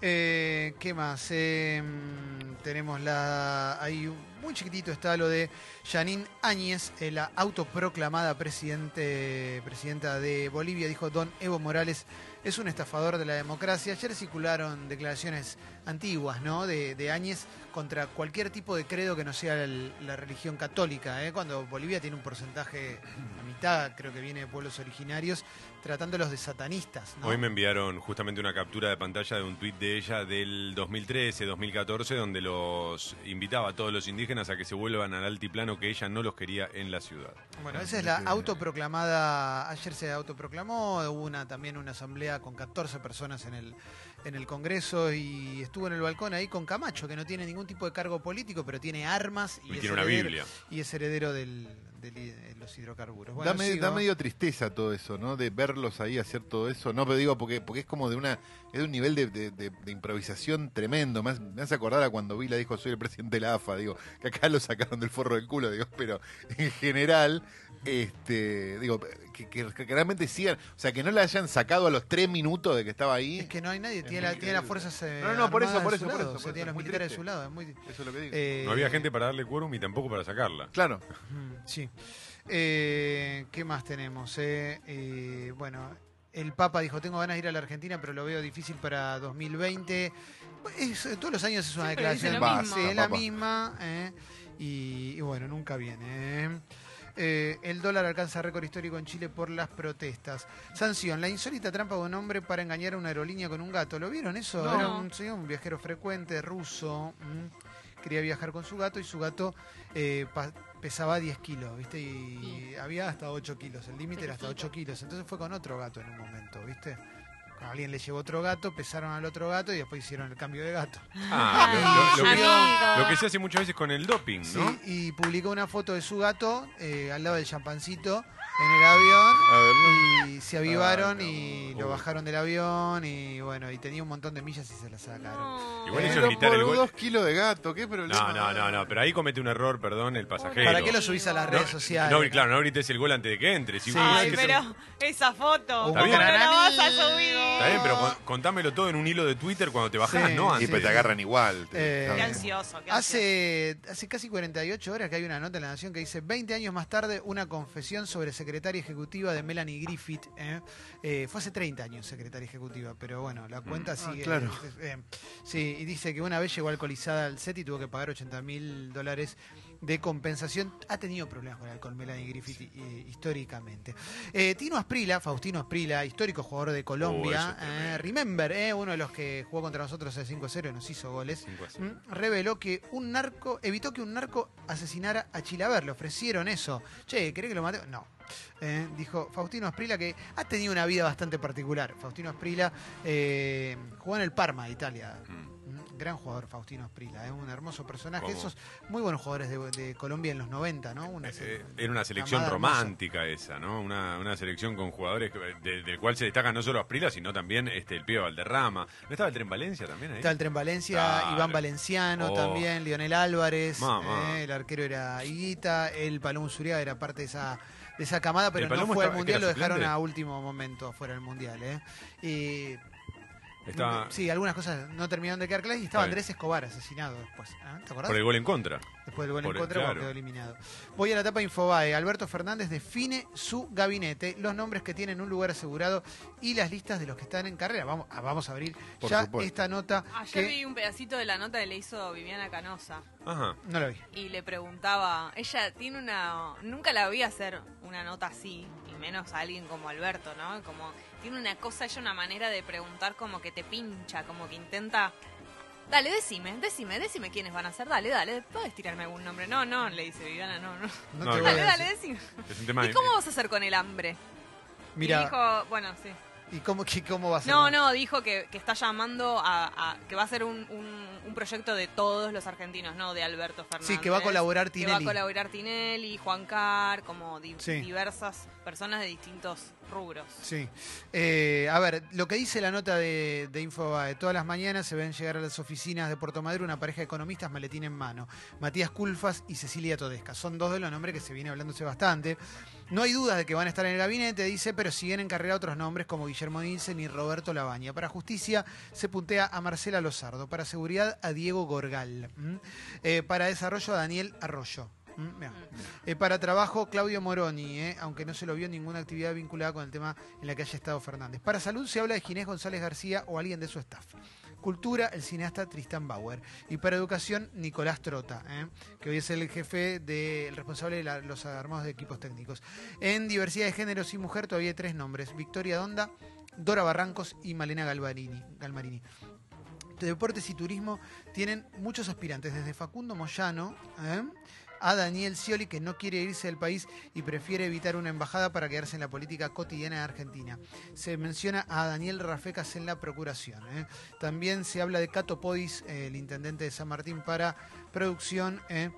Speaker 1: Eh, ¿Qué más? Eh, mm, tenemos la. Ahí un- muy chiquitito está lo de Janine Áñez, eh, la autoproclamada presidente, presidenta de Bolivia, dijo Don Evo Morales. Es un estafador de la democracia. Ayer circularon declaraciones antiguas, ¿no? De, de Áñez contra cualquier tipo de credo que no sea el- la religión católica, ¿eh? Cuando Bolivia tiene un porcentaje, la mitad creo que viene de pueblos originarios, tratándolos de satanistas, ¿no?
Speaker 2: Hoy me enviaron justamente una captura de pantalla de un tuit de ella del 2013, 2014, donde los invitaba a todos los indígenas a que se vuelvan al altiplano que ella no los quería en la ciudad.
Speaker 1: Bueno, esa es la autoproclamada, ayer se autoproclamó, hubo una, también una asamblea con 14 personas en el, en el Congreso y estuvo en el balcón ahí con Camacho, que no tiene ningún tipo de cargo político, pero tiene armas y,
Speaker 2: Y
Speaker 1: es
Speaker 2: tiene una
Speaker 1: heredero-
Speaker 2: Biblia.
Speaker 1: Y es heredero del, del- de los hidrocarburos. Bueno,
Speaker 6: da, medio,
Speaker 1: sigo.
Speaker 6: da medio tristeza todo eso, ¿no? De verlos ahí hacer todo eso. No, pero digo, porque, porque es como de una es de un nivel de, de- de- de improvisación tremendo. Me hace, me hace acordar a cuando Vila dijo, soy el presidente de la AFA, digo, que acá lo sacaron del forro del culo, digo, pero en general, este digo, que, que- que realmente sigan, o sea, que no la hayan sacado a los tres minutos de que estaba ahí.
Speaker 1: Es que no hay nadie, tiene, la- tiene las fuerzas eh,
Speaker 6: No, no, por eso,
Speaker 1: armadas
Speaker 6: por
Speaker 1: de
Speaker 6: eso,
Speaker 1: su
Speaker 6: por
Speaker 1: lado,
Speaker 6: eso,
Speaker 1: o sea,
Speaker 6: por
Speaker 1: tiene
Speaker 6: eso,
Speaker 1: a los
Speaker 6: muy
Speaker 1: militares de
Speaker 6: triste.
Speaker 1: su lado, es muy...
Speaker 6: Eso es lo que digo.
Speaker 1: eh,
Speaker 2: No había gente para darle quórum y tampoco para sacarla.
Speaker 6: Claro.
Speaker 1: Mm, Sí. Eh, ¿Qué más tenemos? eh? Eh, bueno, el Papa dijo, tengo ganas de ir a la Argentina, pero lo veo difícil para 2020. Es- eh, todos los años es una
Speaker 3: Siempre dice
Speaker 1: declaración.
Speaker 3: lo
Speaker 1: Sí,
Speaker 3: Basta, mismo.
Speaker 1: es la
Speaker 6: Papa.
Speaker 1: misma. eh, y, y bueno, nunca viene. eh. Eh, el dólar alcanza récord histórico en Chile por las protestas. Sanción, la insólita trampa de un hombre para engañar a una aerolínea con un gato. ¿Lo vieron eso?
Speaker 3: No.
Speaker 1: Era un, señor, un viajero frecuente, ruso. mm. Quería viajar con su gato y su gato eh, pa- pesaba 10 kilos, ¿viste? Y había hasta 8 kilos, el límite era hasta 8 kilos. Entonces fue con otro gato en un momento, ¿viste? Alguien le llevó otro gato, pesaron al otro gato y después hicieron el cambio de gato.
Speaker 2: Ah, lo, lo- lo que,
Speaker 3: Amigo.
Speaker 2: lo que se hace muchas veces con el doping,
Speaker 1: Sí,
Speaker 2: ¿no?
Speaker 1: y publicó una foto de su gato eh, al lado del champancito en el avión.
Speaker 6: A ver, no.
Speaker 1: Y se avivaron
Speaker 6: Ay,
Speaker 1: y
Speaker 6: no.
Speaker 1: lo bajaron del avión y bueno, y tenía un montón de millas y se las sacaron.
Speaker 2: Igual hizo
Speaker 6: Pero
Speaker 2: gritar
Speaker 6: por
Speaker 2: el gol.
Speaker 6: dos kilos de gato, ¿qué
Speaker 2: No,
Speaker 6: problema?
Speaker 2: no, no, no, pero ahí comete un error, perdón, el pasajero.
Speaker 1: ¿Para qué lo subís a las
Speaker 2: No,
Speaker 1: redes sociales?
Speaker 2: No, claro, no grites el gol antes de que entres.
Speaker 1: Sí,
Speaker 2: Igual
Speaker 3: Ay,
Speaker 2: que se-
Speaker 3: pero esa foto,
Speaker 1: Un
Speaker 3: ¿cómo no
Speaker 2: gran
Speaker 3: la vas a
Speaker 2: Está bien,
Speaker 3: subir?
Speaker 2: pero con- contámelo todo en un hilo de Twitter cuando te bajás,
Speaker 1: Sí.
Speaker 2: no
Speaker 6: Y
Speaker 2: antes.
Speaker 6: pues te agarran igual. te-
Speaker 1: Eh,
Speaker 6: ¿sabes?
Speaker 3: Qué ansioso, qué ansioso.
Speaker 1: Hace, hace casi 48 horas que hay una nota en La Nación que dice 20 años más tarde una confesión sobre secretaria ejecutiva de Melanie Griffith. ¿eh? Eh, fue hace 30 años secretaria ejecutiva, pero bueno, la cuenta sigue.
Speaker 6: claro.
Speaker 1: eh, eh, sí, y dice que una vez llegó alcoholizada al set y tuvo que pagar 80 mil dólares de compensación ha tenido problemas con el alcohol, Melanie Griffith, eh, históricamente. Eh, Tino Asprila, Faustino Asprila, histórico jugador de Colombia, eh, Remember, eh, uno de los que jugó contra nosotros el 5-0 y nos hizo goles, mm, reveló que un narco, evitó que un narco asesinara a Chilaver, le ofrecieron eso. Che, ¿querés que lo mate? No. Eh, dijo Faustino Asprila que ha tenido una vida bastante particular. Faustino Asprila eh, jugó en el Parma de Italia. Mm, Gran jugador Faustino Asprila, es un hermoso personaje.
Speaker 2: ¿Cómo? Eh,
Speaker 1: Esos muy buenos jugadores de, de Colombia en los 90, ¿no? Una se-
Speaker 2: Era una selección
Speaker 1: camada hermosa.
Speaker 2: romántica esa, ¿no? Una, una selección con jugadores que- de- del cual se destaca no solo Asprila, sino también este, el Pío Valderrama. ¿No estaba el Tren Valencia también ahí?
Speaker 1: Está el Tren Valencia,
Speaker 2: Claro.
Speaker 1: Iván Valenciano
Speaker 2: Oh.
Speaker 1: también, Lionel Álvarez,
Speaker 2: Mamá.
Speaker 1: eh, el arquero era Higuita, el Palomo Zuriaga era parte de esa, de esa camada, pero
Speaker 2: ¿El
Speaker 1: no
Speaker 2: Palomo
Speaker 1: fue al
Speaker 2: estaba-
Speaker 1: Mundial,
Speaker 2: que
Speaker 1: lo
Speaker 2: era
Speaker 1: dejaron
Speaker 2: suplente?
Speaker 1: a último momento fuera del Mundial. ¿eh? Y,
Speaker 2: Estaba
Speaker 1: Mm, Sí, algunas cosas no terminaron de quedar claras y estaba
Speaker 2: Está bien.
Speaker 1: Andrés Escobar asesinado después. ¿ah? ¿Te acordás?
Speaker 2: por el gol en contra.
Speaker 1: Después del gol
Speaker 2: Por
Speaker 1: en
Speaker 2: el-
Speaker 1: contra, cuando
Speaker 2: claro.
Speaker 1: quedó eliminado. Voy a la etapa Infobae. Alberto Fernández define su gabinete, los nombres que tienen un lugar asegurado y las listas de los que están en carrera. Vamos, ah, vamos a abrir
Speaker 6: Por
Speaker 1: ya
Speaker 6: supuesto.
Speaker 1: esta nota.
Speaker 3: Ayer
Speaker 1: Que
Speaker 3: Ah, vi un pedacito de la nota que le hizo Viviana Canosa
Speaker 2: Ajá.
Speaker 1: no la vi.
Speaker 3: y le preguntaba, ella tiene una, nunca la vi hacer una nota así, y menos a alguien como Alberto, ¿no? Como tiene una cosa, ella una manera de preguntar como que te pincha, como que intenta, dale, decime, decime, decime quiénes van a ser, dale, dale, puedes tirarme algún nombre, no, no, le dice Viviana, no, no,
Speaker 1: No,
Speaker 2: No,
Speaker 1: te
Speaker 2: no.
Speaker 1: voy a
Speaker 3: dale, dale,
Speaker 1: decir.
Speaker 3: decime.
Speaker 2: Es un tema
Speaker 3: ¿Y cómo vas a hacer con el hambre?
Speaker 1: Mira,
Speaker 3: Y dijo, bueno, sí.
Speaker 1: ¿y cómo, qué- cómo va a ser?
Speaker 3: No, no, dijo que, que está llamando a, a- que va a ser un, un- un proyecto de todos los argentinos, no de Alberto Fernández.
Speaker 1: Sí, que va a colaborar
Speaker 3: Que va
Speaker 1: Tinelli.
Speaker 3: a colaborar Tinelli, Juan Car, como di-
Speaker 1: Sí.
Speaker 3: diversas personas de distintos rubros.
Speaker 1: Sí. Eh, a ver, lo que dice la nota de, de Infobae. Todas las mañanas se ven llegar a las oficinas de Puerto Madero una pareja de economistas maletín en mano. Matías Culfas y Cecilia Todesca. Son dos de los nombres que se viene hablándose bastante. No hay dudas de que van a estar en el gabinete, dice, pero siguen en carrera otros nombres como Guillermo Nielsen y Roberto Labaña. Para justicia se puntea a Marcela Lozardo. Para seguridad a Diego Gorgal. ¿Mm? Eh, para desarrollo a Daniel Arroyo. ¿Mm? Mirá. Eh, para trabajo, Claudio Moroni, eh, aunque no se lo vio en ninguna actividad vinculada con el tema en la que haya estado Fernández. Para salud se habla de Ginés González García o alguien de su staff. Cultura, el cineasta Tristan Bauer. Y para educación, Nicolás Trota, eh, que hoy es el jefe del responsable de la- los armados de equipos técnicos. En diversidad de géneros y mujer todavía hay tres nombres. Victoria Donda, Dora Barrancos y Malena Galvarini- Galmarini. De deportes y turismo tienen muchos aspirantes, desde Facundo Moyano ¿eh? a Daniel Scioli, que no quiere irse del país y prefiere evitar una embajada para quedarse en la política cotidiana de Argentina. Se menciona a Daniel Rafecas en la procuración. ¿eh? También se habla de Cato Podis, eh, el intendente de San Martín, para producción ¿eh?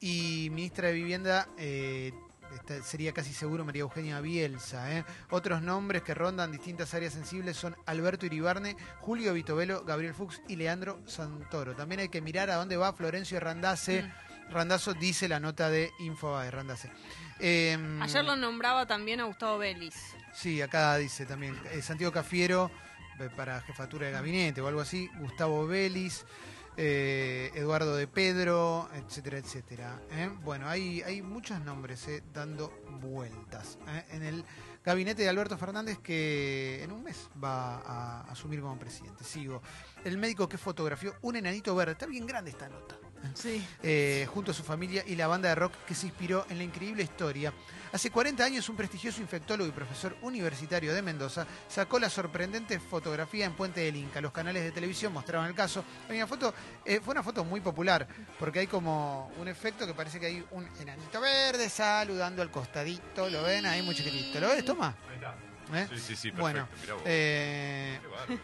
Speaker 1: y ministra de Vivienda. eh, esta- sería casi seguro María Eugenia Bielsa. ¿eh? Otros nombres que rondan distintas áreas sensibles son Alberto Iribarne, Julio Vitovelo, Gabriel Fuchs y Leandro Santoro. También hay que mirar a dónde va Florencio Randazzo.
Speaker 3: Mm.
Speaker 1: Randazzo dice la nota de Infobae, Randazzo. Eh,
Speaker 3: Ayer lo nombraba también a Gustavo Vélez.
Speaker 1: Sí, acá dice también eh, Santiago Cafiero eh, para jefatura de gabinete o algo así, Gustavo Vélez, eh, Eduardo de Pedro, etcétera, etcétera. ¿eh? Bueno, hay, hay muchos nombres eh, dando vueltas ¿eh? en el gabinete de Alberto Fernández que en un mes va a asumir como presidente. Sigo. El médico que fotografió un enanito verde, está bien grande esta nota
Speaker 3: Sí.
Speaker 1: eh, junto a su familia y la banda de rock que se inspiró en la increíble historia. Hace 40 años, un prestigioso infectólogo y profesor universitario de Mendoza sacó la sorprendente fotografía en Puente del Inca. Los canales de televisión mostraron el caso. Hay una foto, eh, fue una foto muy popular, porque hay como un efecto que parece que hay un enanito verde saludando al costadito. ¿Lo ven? Ahí muy chiquitito. ¿Lo ves? Toma. ¿Eh?
Speaker 2: Sí, sí, sí, perfecto.
Speaker 1: Bueno,
Speaker 2: mirá vos.
Speaker 1: eh,
Speaker 2: Qué bárbaro.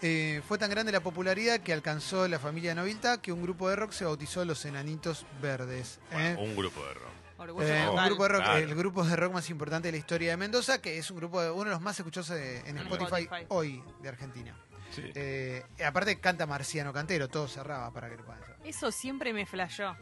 Speaker 1: eh, fue tan grande la popularidad que alcanzó la familia Novilta que un grupo de rock se bautizó Los Enanitos Verdes. ¿eh?
Speaker 2: Bueno, un grupo de rock.
Speaker 3: Orgullo
Speaker 1: Eh, un
Speaker 3: total.
Speaker 1: grupo de rock,
Speaker 2: Claro.
Speaker 1: El grupo de rock más importante de la historia de Mendoza, que es un grupo de- uno de los más escuchados de- en Spotify,
Speaker 3: Spotify.
Speaker 1: hoy de Argentina.
Speaker 2: Sí.
Speaker 1: Eh, aparte canta Marciano Cantero, todo cerraba para que lo puedan hacer.
Speaker 3: Eso siempre me flashó.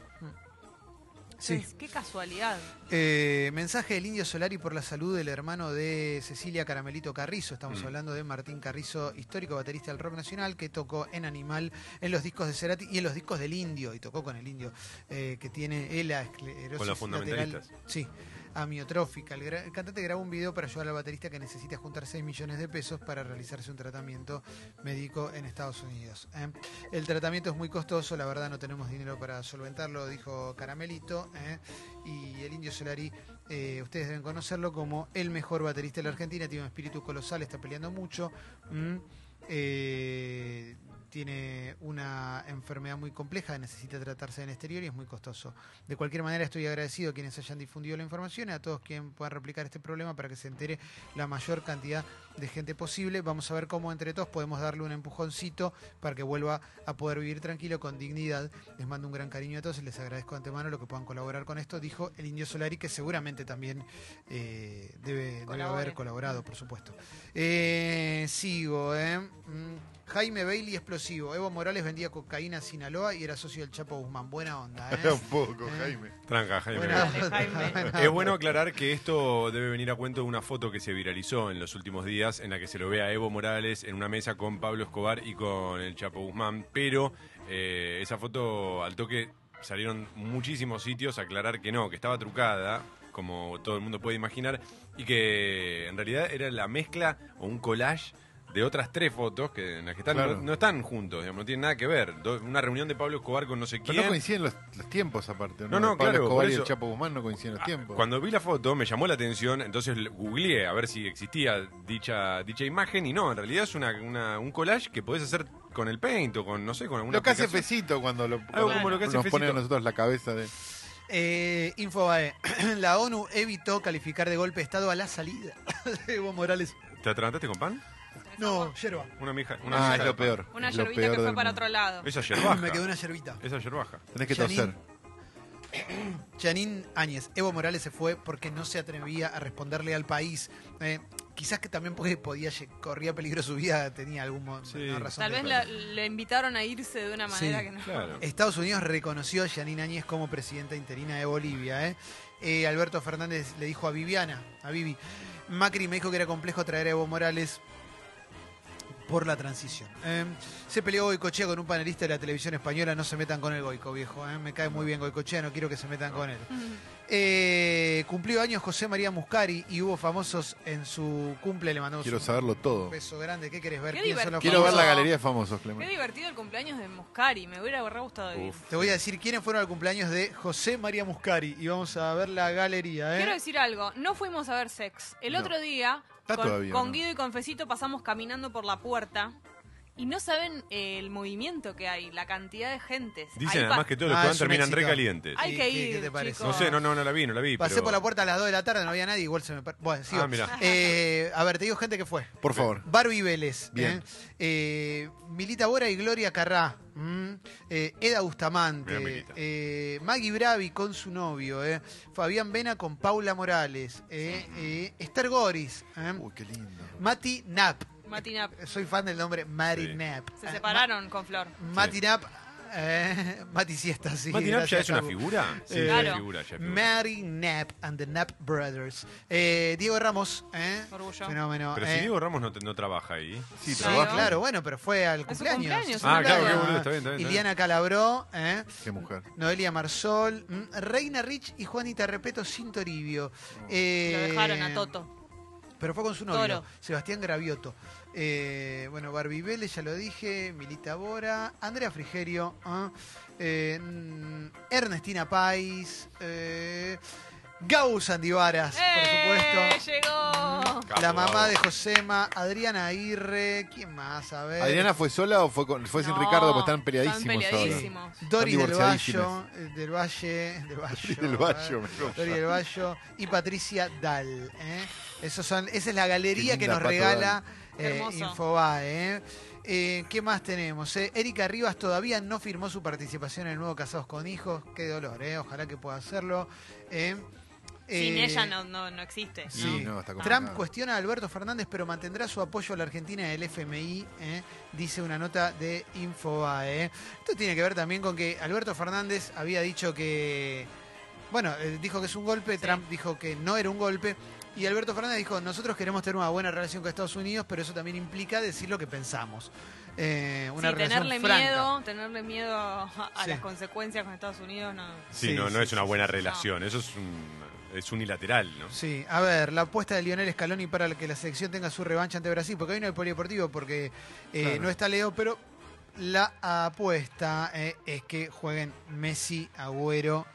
Speaker 1: Sí.
Speaker 3: Entonces, Qué casualidad.
Speaker 1: Eh, mensaje del Indio Solari por la salud del hermano de Cecilia Caramelito Carrizo. Estamos
Speaker 2: Mm.
Speaker 1: hablando de Martín Carrizo, histórico baterista del rock nacional, que tocó en Animal, en los discos de Cerati y en los discos del Indio, y tocó con el Indio, eh, que tiene él la esclerosis
Speaker 2: Con los
Speaker 1: lateral.
Speaker 2: fundamentalistas.
Speaker 1: Sí. amiotrófica. El, gra- el cantante grabó un video para ayudar al baterista que necesita juntar 6 millones de pesos para realizarse un tratamiento médico en Estados Unidos. ¿eh? El tratamiento es muy costoso, la verdad no tenemos dinero para solventarlo, dijo Caramelito. ¿eh? Y el Indio Solari, eh, ustedes deben conocerlo como el mejor baterista de la Argentina, tiene un espíritu colosal, está peleando mucho. ¿m? Mm, Eh, tiene una enfermedad muy compleja, necesita tratarse en el exterior y es muy costoso. De cualquier manera, estoy agradecido a quienes hayan difundido la información y a todos quienes puedan replicar este problema para que se entere la mayor cantidad de gente posible. Vamos a ver cómo entre todos podemos darle un empujoncito para que vuelva a poder vivir tranquilo, con dignidad. Les mando un gran cariño a todos y les agradezco de antemano lo que puedan colaborar con esto, dijo el Indio Solari, que seguramente también eh, debe, debe haber colaborado, por supuesto. Eh, sigo, ¿eh? Mm. Jaime Bailey explosivo. Evo Morales vendía cocaína a Sinaloa y era socio del Chapo Guzmán. Buena onda, ¿eh?
Speaker 6: Un poco,
Speaker 1: Eh.
Speaker 6: Jaime.
Speaker 2: Tranca, Jaime.
Speaker 1: Buena onda, buena
Speaker 2: Es
Speaker 1: onda.
Speaker 2: bueno aclarar que esto debe venir a cuento de una foto que se viralizó en los últimos días, en la que se lo ve a Evo Morales en una mesa con Pablo Escobar y con el Chapo Guzmán, pero eh, esa foto al toque salieron muchísimos sitios a aclarar que no, que estaba trucada, como todo el mundo puede imaginar, y que en realidad era la mezcla o un collage de otras tres fotos que en las que están
Speaker 6: Claro.
Speaker 2: no, no están juntos, digamos, no tienen nada que ver. Do- Una reunión de Pablo Escobar con no sé quién.
Speaker 6: Pero no coinciden los, los tiempos aparte, ¿no?
Speaker 2: No, no,
Speaker 6: De Pablo
Speaker 2: claro,
Speaker 6: Escobar
Speaker 2: por
Speaker 6: y el
Speaker 2: eso- Ah,
Speaker 6: Chapo Guzmán no coinciden los tiempos.
Speaker 2: Cuando vi la foto me llamó la atención, entonces l- googleé a ver si existía dicha, dicha imagen y no, en realidad es una, una- un collage que podés hacer con el paint o con, no sé, con alguna
Speaker 6: Lo que hace
Speaker 2: aplicación.
Speaker 6: Fecito cuando, lo,
Speaker 2: Algo como lo que hace
Speaker 6: nos pone a
Speaker 2: Fecito.
Speaker 6: nosotros la cabeza de...
Speaker 1: Eh, Infobae. La ONU evitó calificar de golpe de Estado a la salida de Evo Morales.
Speaker 2: ¿Te atragantaste con pan?
Speaker 1: No, yerba.
Speaker 2: Una mija.
Speaker 6: Ah,
Speaker 2: Una
Speaker 6: es lo peor.
Speaker 3: Una
Speaker 6: Es lo
Speaker 3: yerbita
Speaker 6: peor
Speaker 3: que fue
Speaker 6: del
Speaker 3: para
Speaker 6: mundo.
Speaker 3: otro lado.
Speaker 2: Esa yerbaja.
Speaker 1: Me quedó una yerbita.
Speaker 2: Esa yerbaja.
Speaker 6: Tenés que
Speaker 1: Janine.
Speaker 6: toser.
Speaker 1: Janine Áñez, Evo Morales se fue porque no se atrevía a responderle al país. Eh, quizás que también porque podía, lle- corría peligro su vida, tenía algún mo- alguna razón.
Speaker 3: Tal
Speaker 1: de-
Speaker 3: vez la- le invitaron a irse de una manera
Speaker 1: Sí,
Speaker 3: que no.
Speaker 1: Estados Unidos reconoció a Yanine Áñez como presidenta interina de Bolivia. ¿eh? Eh, Alberto Fernández le dijo a Viviana, a Vivi, Macri me dijo que era complejo traer a Evo Morales por la transición. ¿eh? Se peleó Goicochea con un panelista de la televisión española, no se metan con el Goico, viejo. ¿eh? Me cae muy bien Goicochea, no quiero que se metan con él. Eh, cumplió años José María Muscari y hubo famosos en su cumple, le mandamos
Speaker 6: Quiero
Speaker 1: un
Speaker 6: saberlo todo.
Speaker 1: beso grande. ¿Qué querés ver?
Speaker 3: Qué
Speaker 1: ¿Quiénes son los
Speaker 6: Quiero ver la
Speaker 1: famosos?
Speaker 6: galería de famosos,
Speaker 3: Qué
Speaker 6: Clemente.
Speaker 3: divertido el cumpleaños de Moscari. Me hubiera re gustado ir.
Speaker 1: Te voy a decir quiénes fueron al cumpleaños de José María Muscari y vamos a ver la galería, ¿eh?
Speaker 3: Quiero decir algo. No fuimos a ver sex. El
Speaker 1: No.
Speaker 3: otro día,
Speaker 1: Está
Speaker 3: con,
Speaker 1: todavía,
Speaker 3: con
Speaker 1: ¿no?
Speaker 3: Guido y con Fecito pasamos caminando por la puerta. Y no saben eh, el movimiento que hay, la cantidad de gentes.
Speaker 2: Dicen
Speaker 3: Ahí
Speaker 2: además
Speaker 3: pa-
Speaker 2: que todos los
Speaker 1: Ah,
Speaker 2: que
Speaker 1: es
Speaker 2: van
Speaker 1: un
Speaker 2: terminan
Speaker 1: éxito.
Speaker 2: recalientes.
Speaker 3: Hay que
Speaker 1: ¿Qué-
Speaker 3: ir.
Speaker 1: qué te parece?
Speaker 3: chicos.
Speaker 2: No sé, no, no, no la vi, no la vi.
Speaker 1: Pasé
Speaker 2: pero-
Speaker 1: por la puerta a las 2 de la tarde, no había nadie, igual se me... per- Bueno, sigo.
Speaker 2: Ah, mirá.
Speaker 1: Eh, a ver, te digo gente que fue.
Speaker 6: Por favor.
Speaker 1: Barbie Vélez.
Speaker 6: Bien.
Speaker 1: ¿eh? Eh, Milita Bora y Gloria Carrá. ¿m? Eh, Eda
Speaker 2: Mirá,
Speaker 1: Bustamante.
Speaker 2: Milita.
Speaker 1: eh, Maggie Bravi con su novio. ¿eh? Fabián Vena con Paula Morales. ¿eh? Eh, Esther Goris. ¿eh?
Speaker 6: Uy, qué lindo.
Speaker 1: Mati Knapp.
Speaker 3: Matina,
Speaker 1: Soy fan del nombre Mari Knapp.
Speaker 3: se separaron con Flor.
Speaker 1: Mati Knapp, eh, Mati Siesta, sí.
Speaker 2: Mati Knapp ya
Speaker 1: gracias,
Speaker 2: es una
Speaker 1: Facu.
Speaker 2: figura. Sí,
Speaker 1: Eh,
Speaker 2: ya es figura, ya es figura.
Speaker 1: Mary Knapp and the Knapp Brothers. Eh, Diego Ramos, ¿eh?
Speaker 3: Orgullo.
Speaker 1: Fenómeno.
Speaker 2: Pero
Speaker 1: eh.
Speaker 2: si Diego Ramos no, te- no trabaja ahí.
Speaker 6: Sí,
Speaker 1: Sí,
Speaker 6: trabaja.
Speaker 1: claro, bueno, pero fue al
Speaker 3: Es su
Speaker 1: cumpleaños.
Speaker 3: cumpleaños,
Speaker 1: es
Speaker 3: Ah,
Speaker 1: un
Speaker 3: claro, qué
Speaker 1: cumpleaños.
Speaker 2: boludo, está bien, está bien, está
Speaker 1: Iliana Calabró, ¿eh?
Speaker 6: Qué mujer.
Speaker 1: Noelia Marsol, mm, Reina Rich y Juanita Repeto Sintoribio. Eh,
Speaker 3: Lo dejaron a Toto.
Speaker 1: Pero fue con su novio,
Speaker 3: Toro.
Speaker 1: Sebastián Gravioto. Eh, bueno, Barbie Vélez, ya lo dije, Milita Bora, Andrea Frigerio, ah, eh, mm, Ernestina Pais, eh, Gau Sandivaras,
Speaker 3: Eh,
Speaker 1: por supuesto.
Speaker 3: Llegó.
Speaker 2: Capo,
Speaker 1: La mamá
Speaker 2: Gau.
Speaker 1: de Josema, Adriana Aguirre, ¿quién más? A
Speaker 2: Eh.
Speaker 1: ver.
Speaker 6: ¿Adriana fue sola o fue, con, fue Pues sin
Speaker 3: No,
Speaker 6: Ricardo? Porque están peleadísimos,
Speaker 3: están
Speaker 6: ahora.
Speaker 3: peleadísimos.
Speaker 6: Están
Speaker 1: Doris del
Speaker 6: divorciadísimos.
Speaker 1: Vallo, eh, del Valle, del Valle,
Speaker 6: Del Vallo,
Speaker 1: eh,
Speaker 6: mejor.
Speaker 1: Doris del Vallo y Patricia Dal. eh. Esos son, esa es la galería
Speaker 6: Qué
Speaker 1: que
Speaker 6: linda,
Speaker 1: nos
Speaker 6: Pato
Speaker 1: regala
Speaker 3: Dal.
Speaker 1: eh,
Speaker 3: Hermoso.
Speaker 1: Infobae. eh. Eh, ¿Qué más tenemos? eh? Erika Rivas todavía no firmó su participación en el nuevo Casados con Hijos. Qué dolor, eh. ojalá que pueda hacerlo. eh.
Speaker 3: Sin
Speaker 1: Eh,
Speaker 3: ella no, no, no existe. ¿no?
Speaker 1: Sí.
Speaker 6: No, está complicado.
Speaker 1: Trump cuestiona a Alberto Fernández, pero mantendrá su apoyo a la Argentina del FMI, ¿eh? dice una nota de Infobae. ¿eh? Esto tiene que ver también con que Alberto Fernández había dicho que. Bueno, eh, dijo que es un golpe, Trump dijo que no era un golpe. Y Alberto Fernández dijo, nosotros queremos tener una buena relación con Estados Unidos, pero eso también implica decir lo que pensamos. Eh, una
Speaker 3: Sí,
Speaker 1: relación
Speaker 3: tenerle
Speaker 1: franca.
Speaker 3: miedo, tenerle miedo a, a
Speaker 1: Sí.
Speaker 3: las consecuencias con Estados Unidos, no.
Speaker 2: Sí,
Speaker 1: Sí,
Speaker 2: no, no
Speaker 1: sí,
Speaker 2: es una buena
Speaker 3: sí.
Speaker 2: relación. Eso es un. es unilateral, ¿no?
Speaker 1: Sí, a ver, la apuesta de Lionel Scaloni para que la selección tenga su revancha ante Brasil, porque hoy no hay polideportivo, porque eh,
Speaker 2: Claro.
Speaker 1: no está Leo, pero la apuesta eh, es que jueguen Messi, Agüero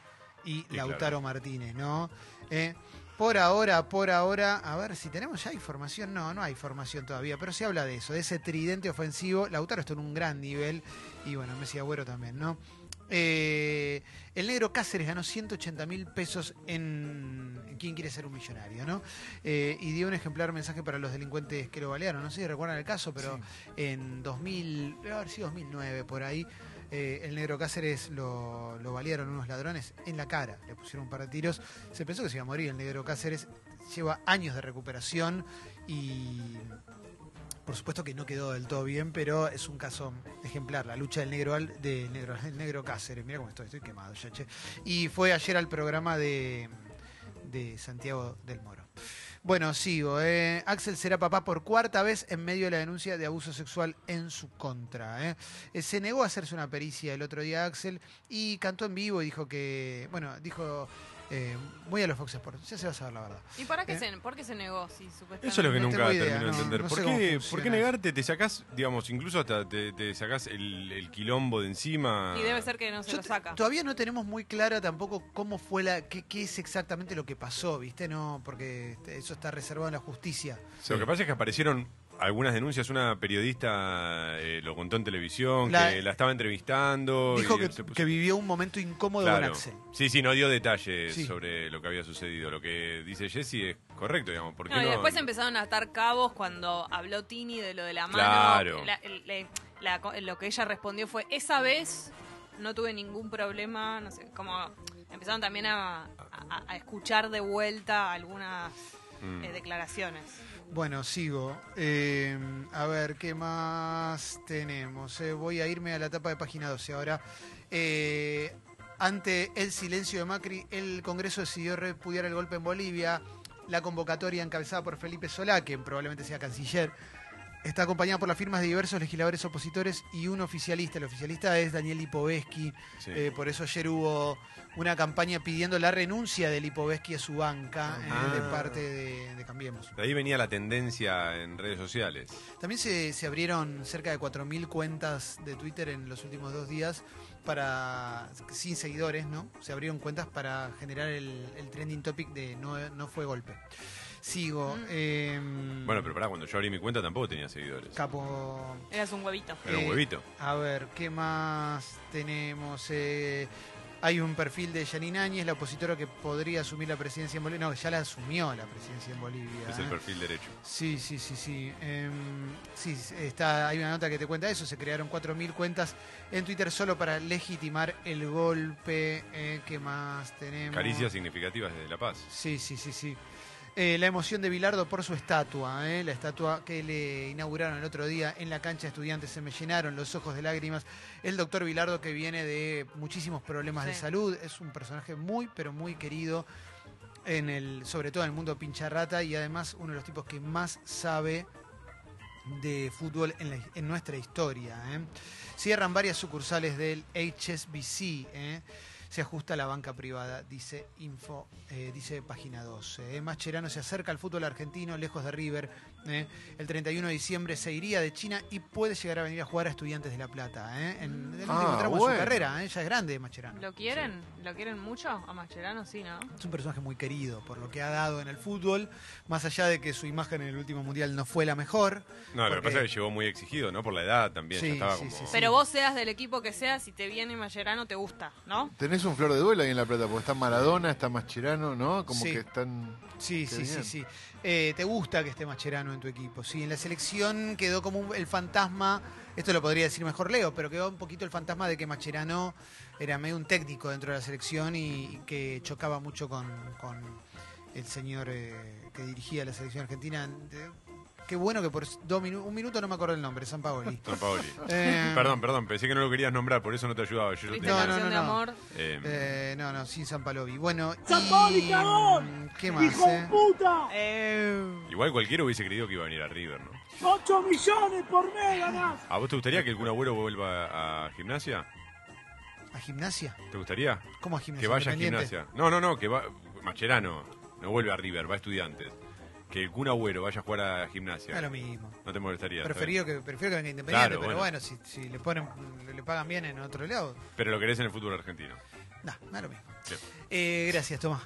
Speaker 1: y
Speaker 2: Y
Speaker 1: Lautaro Martínez, ¿no? Eh, por ahora, por ahora, a ver si tenemos ya información. No, no hay información todavía, pero se habla de eso, de ese tridente ofensivo. Lautaro está en un gran nivel y bueno, Messi y Agüero también, ¿no? Eh, el negro Cáceres ganó 180 mil pesos en en ¿Quién quiere ser un millonario? ¿no? Eh, y dio un ejemplar mensaje para los delincuentes que lo balearon. No sé si recuerdan el caso, pero en 2000, debe haber sido 2009 por ahí, eh, el negro Cáceres lo, lo balearon unos ladrones en la cara. Le pusieron un par de tiros. Se pensó que se iba a morir el negro Cáceres. Lleva años de recuperación y por supuesto que no quedó del todo bien, pero es un caso ejemplar, la lucha del negro al, de negro, el negro Cáceres. Mira cómo estoy, estoy quemado ya, che. Y fue ayer al programa de, de Santiago del Moro. Bueno, sigo. eh. Axel será papá por cuarta vez en medio de la denuncia de abuso sexual en su contra. eh. Eh, se negó a hacerse una pericia el otro día Axel y cantó en vivo y dijo que, bueno, dijo eh, muy a los Fox Sports. Ya se va a saber la verdad.
Speaker 3: ¿Y para qué
Speaker 1: ¿Eh?
Speaker 3: se, por qué se negó? Sí, supuestamente.
Speaker 2: Eso es lo que
Speaker 1: No
Speaker 2: nunca
Speaker 1: tengo idea,
Speaker 2: termino de
Speaker 1: no,
Speaker 2: entender.
Speaker 1: no
Speaker 2: ¿Por,
Speaker 1: sé cómo
Speaker 2: qué, ¿Por
Speaker 1: funciona
Speaker 2: qué negarte? Te sacás, digamos, incluso hasta te, te sacás el, el quilombo de encima.
Speaker 3: Y debe ser que no se
Speaker 1: Yo
Speaker 3: lo
Speaker 1: t-
Speaker 3: saca.
Speaker 1: Todavía no tenemos muy clara tampoco cómo fue la, qué, qué es exactamente lo que pasó, ¿viste? No, porque este, eso está reservado en la justicia.
Speaker 2: Lo que pasa es que aparecieron algunas denuncias. Una periodista eh, lo contó en televisión,
Speaker 1: La-
Speaker 2: que la estaba entrevistando.
Speaker 1: Dijo
Speaker 2: y
Speaker 1: que,
Speaker 2: se puso-
Speaker 1: que vivió un momento incómodo
Speaker 2: Claro.
Speaker 1: con Axel.
Speaker 2: Sí, sí, no dio detalles
Speaker 1: Sí.
Speaker 2: sobre lo que había sucedido. Lo que dice Jesse es correcto, digamos. Porque
Speaker 3: No, y
Speaker 2: no-
Speaker 3: después empezaron a atar cabos cuando habló Tini de lo de la mano.
Speaker 2: Claro.
Speaker 3: La- el- le- la co- lo que ella respondió fue, esa vez no tuve ningún problema, no sé, como empezaron también a, a- a escuchar de vuelta algunas
Speaker 1: Mm.
Speaker 3: eh, declaraciones.
Speaker 1: Bueno, sigo. Eh, a ver, ¿qué más tenemos? Eh, voy a irme a la etapa de página 12 ahora. Eh, ante el silencio de Macri, el Congreso decidió repudiar el golpe en Bolivia. La convocatoria encabezada por Felipe Solá, quien probablemente sea canciller, está acompañada por las firmas de diversos legisladores opositores y un oficialista. El oficialista es Daniel Lipovetsky.
Speaker 2: Sí.
Speaker 1: Eh, por eso ayer hubo una campaña pidiendo la renuncia de Lipovetsky a su banca eh,
Speaker 2: Ah.
Speaker 1: de parte de- de Cambiemos.
Speaker 2: De ahí venía la tendencia en redes sociales.
Speaker 1: También se, se abrieron cerca de 4.000 cuentas de Twitter en los últimos dos días para sin seguidores, ¿no? Se abrieron cuentas para generar el, el trending topic de no, no fue golpe. Sigo. em,
Speaker 2: Bueno, pero pará, cuando yo abrí mi cuenta tampoco tenía seguidores.
Speaker 1: Capo.
Speaker 3: Eras un huevito.
Speaker 2: Era un
Speaker 1: Eh,
Speaker 2: huevito.
Speaker 1: A ver, ¿qué más tenemos? Eh, hay un perfil de Janine Áñez, la opositora que podría asumir la presidencia en Bolivia. No, ya la asumió la presidencia en Bolivia.
Speaker 2: Es el
Speaker 1: ¿eh?
Speaker 2: perfil derecho.
Speaker 1: Sí, sí, sí, sí. Em, sí, está, hay una nota que te cuenta eso. Se crearon 4.000 cuentas en Twitter solo para legitimar el golpe. Eh, ¿Qué más tenemos?
Speaker 2: Caricias significativas desde La Paz.
Speaker 1: Sí, sí, sí, sí. Eh, la emoción de Bilardo por su estatua, eh, la estatua que le inauguraron el otro día en la cancha de estudiantes, se me llenaron los ojos de lágrimas. El doctor Bilardo que viene de muchísimos problemas de
Speaker 3: Sí.
Speaker 1: salud, es un personaje muy, pero muy querido, en el, sobre todo en el mundo pincharrata y además uno de los tipos que más sabe de fútbol en, la- en nuestra historia. eh. Cierran varias sucursales del HSBC. eh. Se ajusta a la banca privada, dice Info, eh, dice página 12. eh. Mascherano se acerca al fútbol argentino, lejos de River. eh. El 31 de diciembre se iría de China y puede llegar a venir a jugar a Estudiantes de La Plata. eh. En el último
Speaker 6: Ah,
Speaker 1: tramo de
Speaker 6: bueno.
Speaker 1: su carrera, eh, ya es grande Mascherano.
Speaker 3: ¿Lo quieren? ¿Lo quieren mucho? A Mascherano sí, ¿no?
Speaker 1: Es un personaje muy querido por lo que ha dado en el fútbol, más allá de que su imagen en el último mundial no fue la mejor.
Speaker 2: No, lo que
Speaker 1: porque-
Speaker 2: pasa es que llegó muy exigido, ¿no? Por la edad también.
Speaker 1: Sí,
Speaker 2: ya estaba
Speaker 1: sí,
Speaker 2: como...
Speaker 1: sí,
Speaker 3: Pero vos seas del equipo que seas, si te viene Mascherano te gusta, ¿no?
Speaker 6: Tenés un flor de duelo ahí en La Plata, porque está Maradona, está Mascherano, ¿no? Como
Speaker 1: Sí.
Speaker 6: que están...
Speaker 1: Sí,
Speaker 6: Qué
Speaker 1: sí, sí,
Speaker 6: bien.
Speaker 1: sí. Eh, ¿Te gusta que esté Macherano en tu equipo? Sí, en la selección quedó como un- el fantasma, esto lo podría decir mejor Leo, pero quedó un poquito el fantasma de que Macherano era medio un técnico dentro de la selección y, y que chocaba mucho con, con el señor eh, que dirigía la selección argentina. Eh, Qué bueno que por dos minu- un minuto no me acuerdo el nombre, San Paoli.
Speaker 2: Don Paoli.
Speaker 1: Eh,
Speaker 2: Perdón, perdón, pensé que no lo querías nombrar, por eso no te ayudaba. Yo
Speaker 3: Triste
Speaker 2: tenía-
Speaker 3: canción de
Speaker 1: no.
Speaker 3: amor.
Speaker 2: Eh,
Speaker 1: Eh, no, no, sin San Palovi. Bueno,
Speaker 3: ¡San
Speaker 1: y-
Speaker 3: Paoli, cagón!
Speaker 1: ¿Qué más? eh?
Speaker 12: puta!
Speaker 2: Igual cualquiera hubiese creído que iba a venir a River, ¿no?
Speaker 12: ¡8 millones por mes ganás!
Speaker 2: ¿A vos te gustaría que el Kun Agüero vuelva a gimnasia?
Speaker 1: ¿A gimnasia?
Speaker 2: ¿Te gustaría?
Speaker 1: ¿Cómo a gimnasia?
Speaker 2: Que vaya a
Speaker 1: Independiente?
Speaker 2: gimnasia. No, no, no, que va... Macherano no vuelve a River, va a Estudiantes. Que el Kun Agüero vaya a jugar a Gimnasia.
Speaker 1: Es lo mismo.
Speaker 2: No te molestaría. ¿sabes?
Speaker 1: Preferido que, prefiero que venga Independiente,
Speaker 2: Claro,
Speaker 1: pero
Speaker 2: bueno.
Speaker 1: bueno, si, si le ponen, le pagan bien en otro lado,
Speaker 2: Pero lo querés en el fútbol argentino.
Speaker 1: nada, nada lo mismo.
Speaker 2: Sí.
Speaker 1: Eh, gracias, Tomás.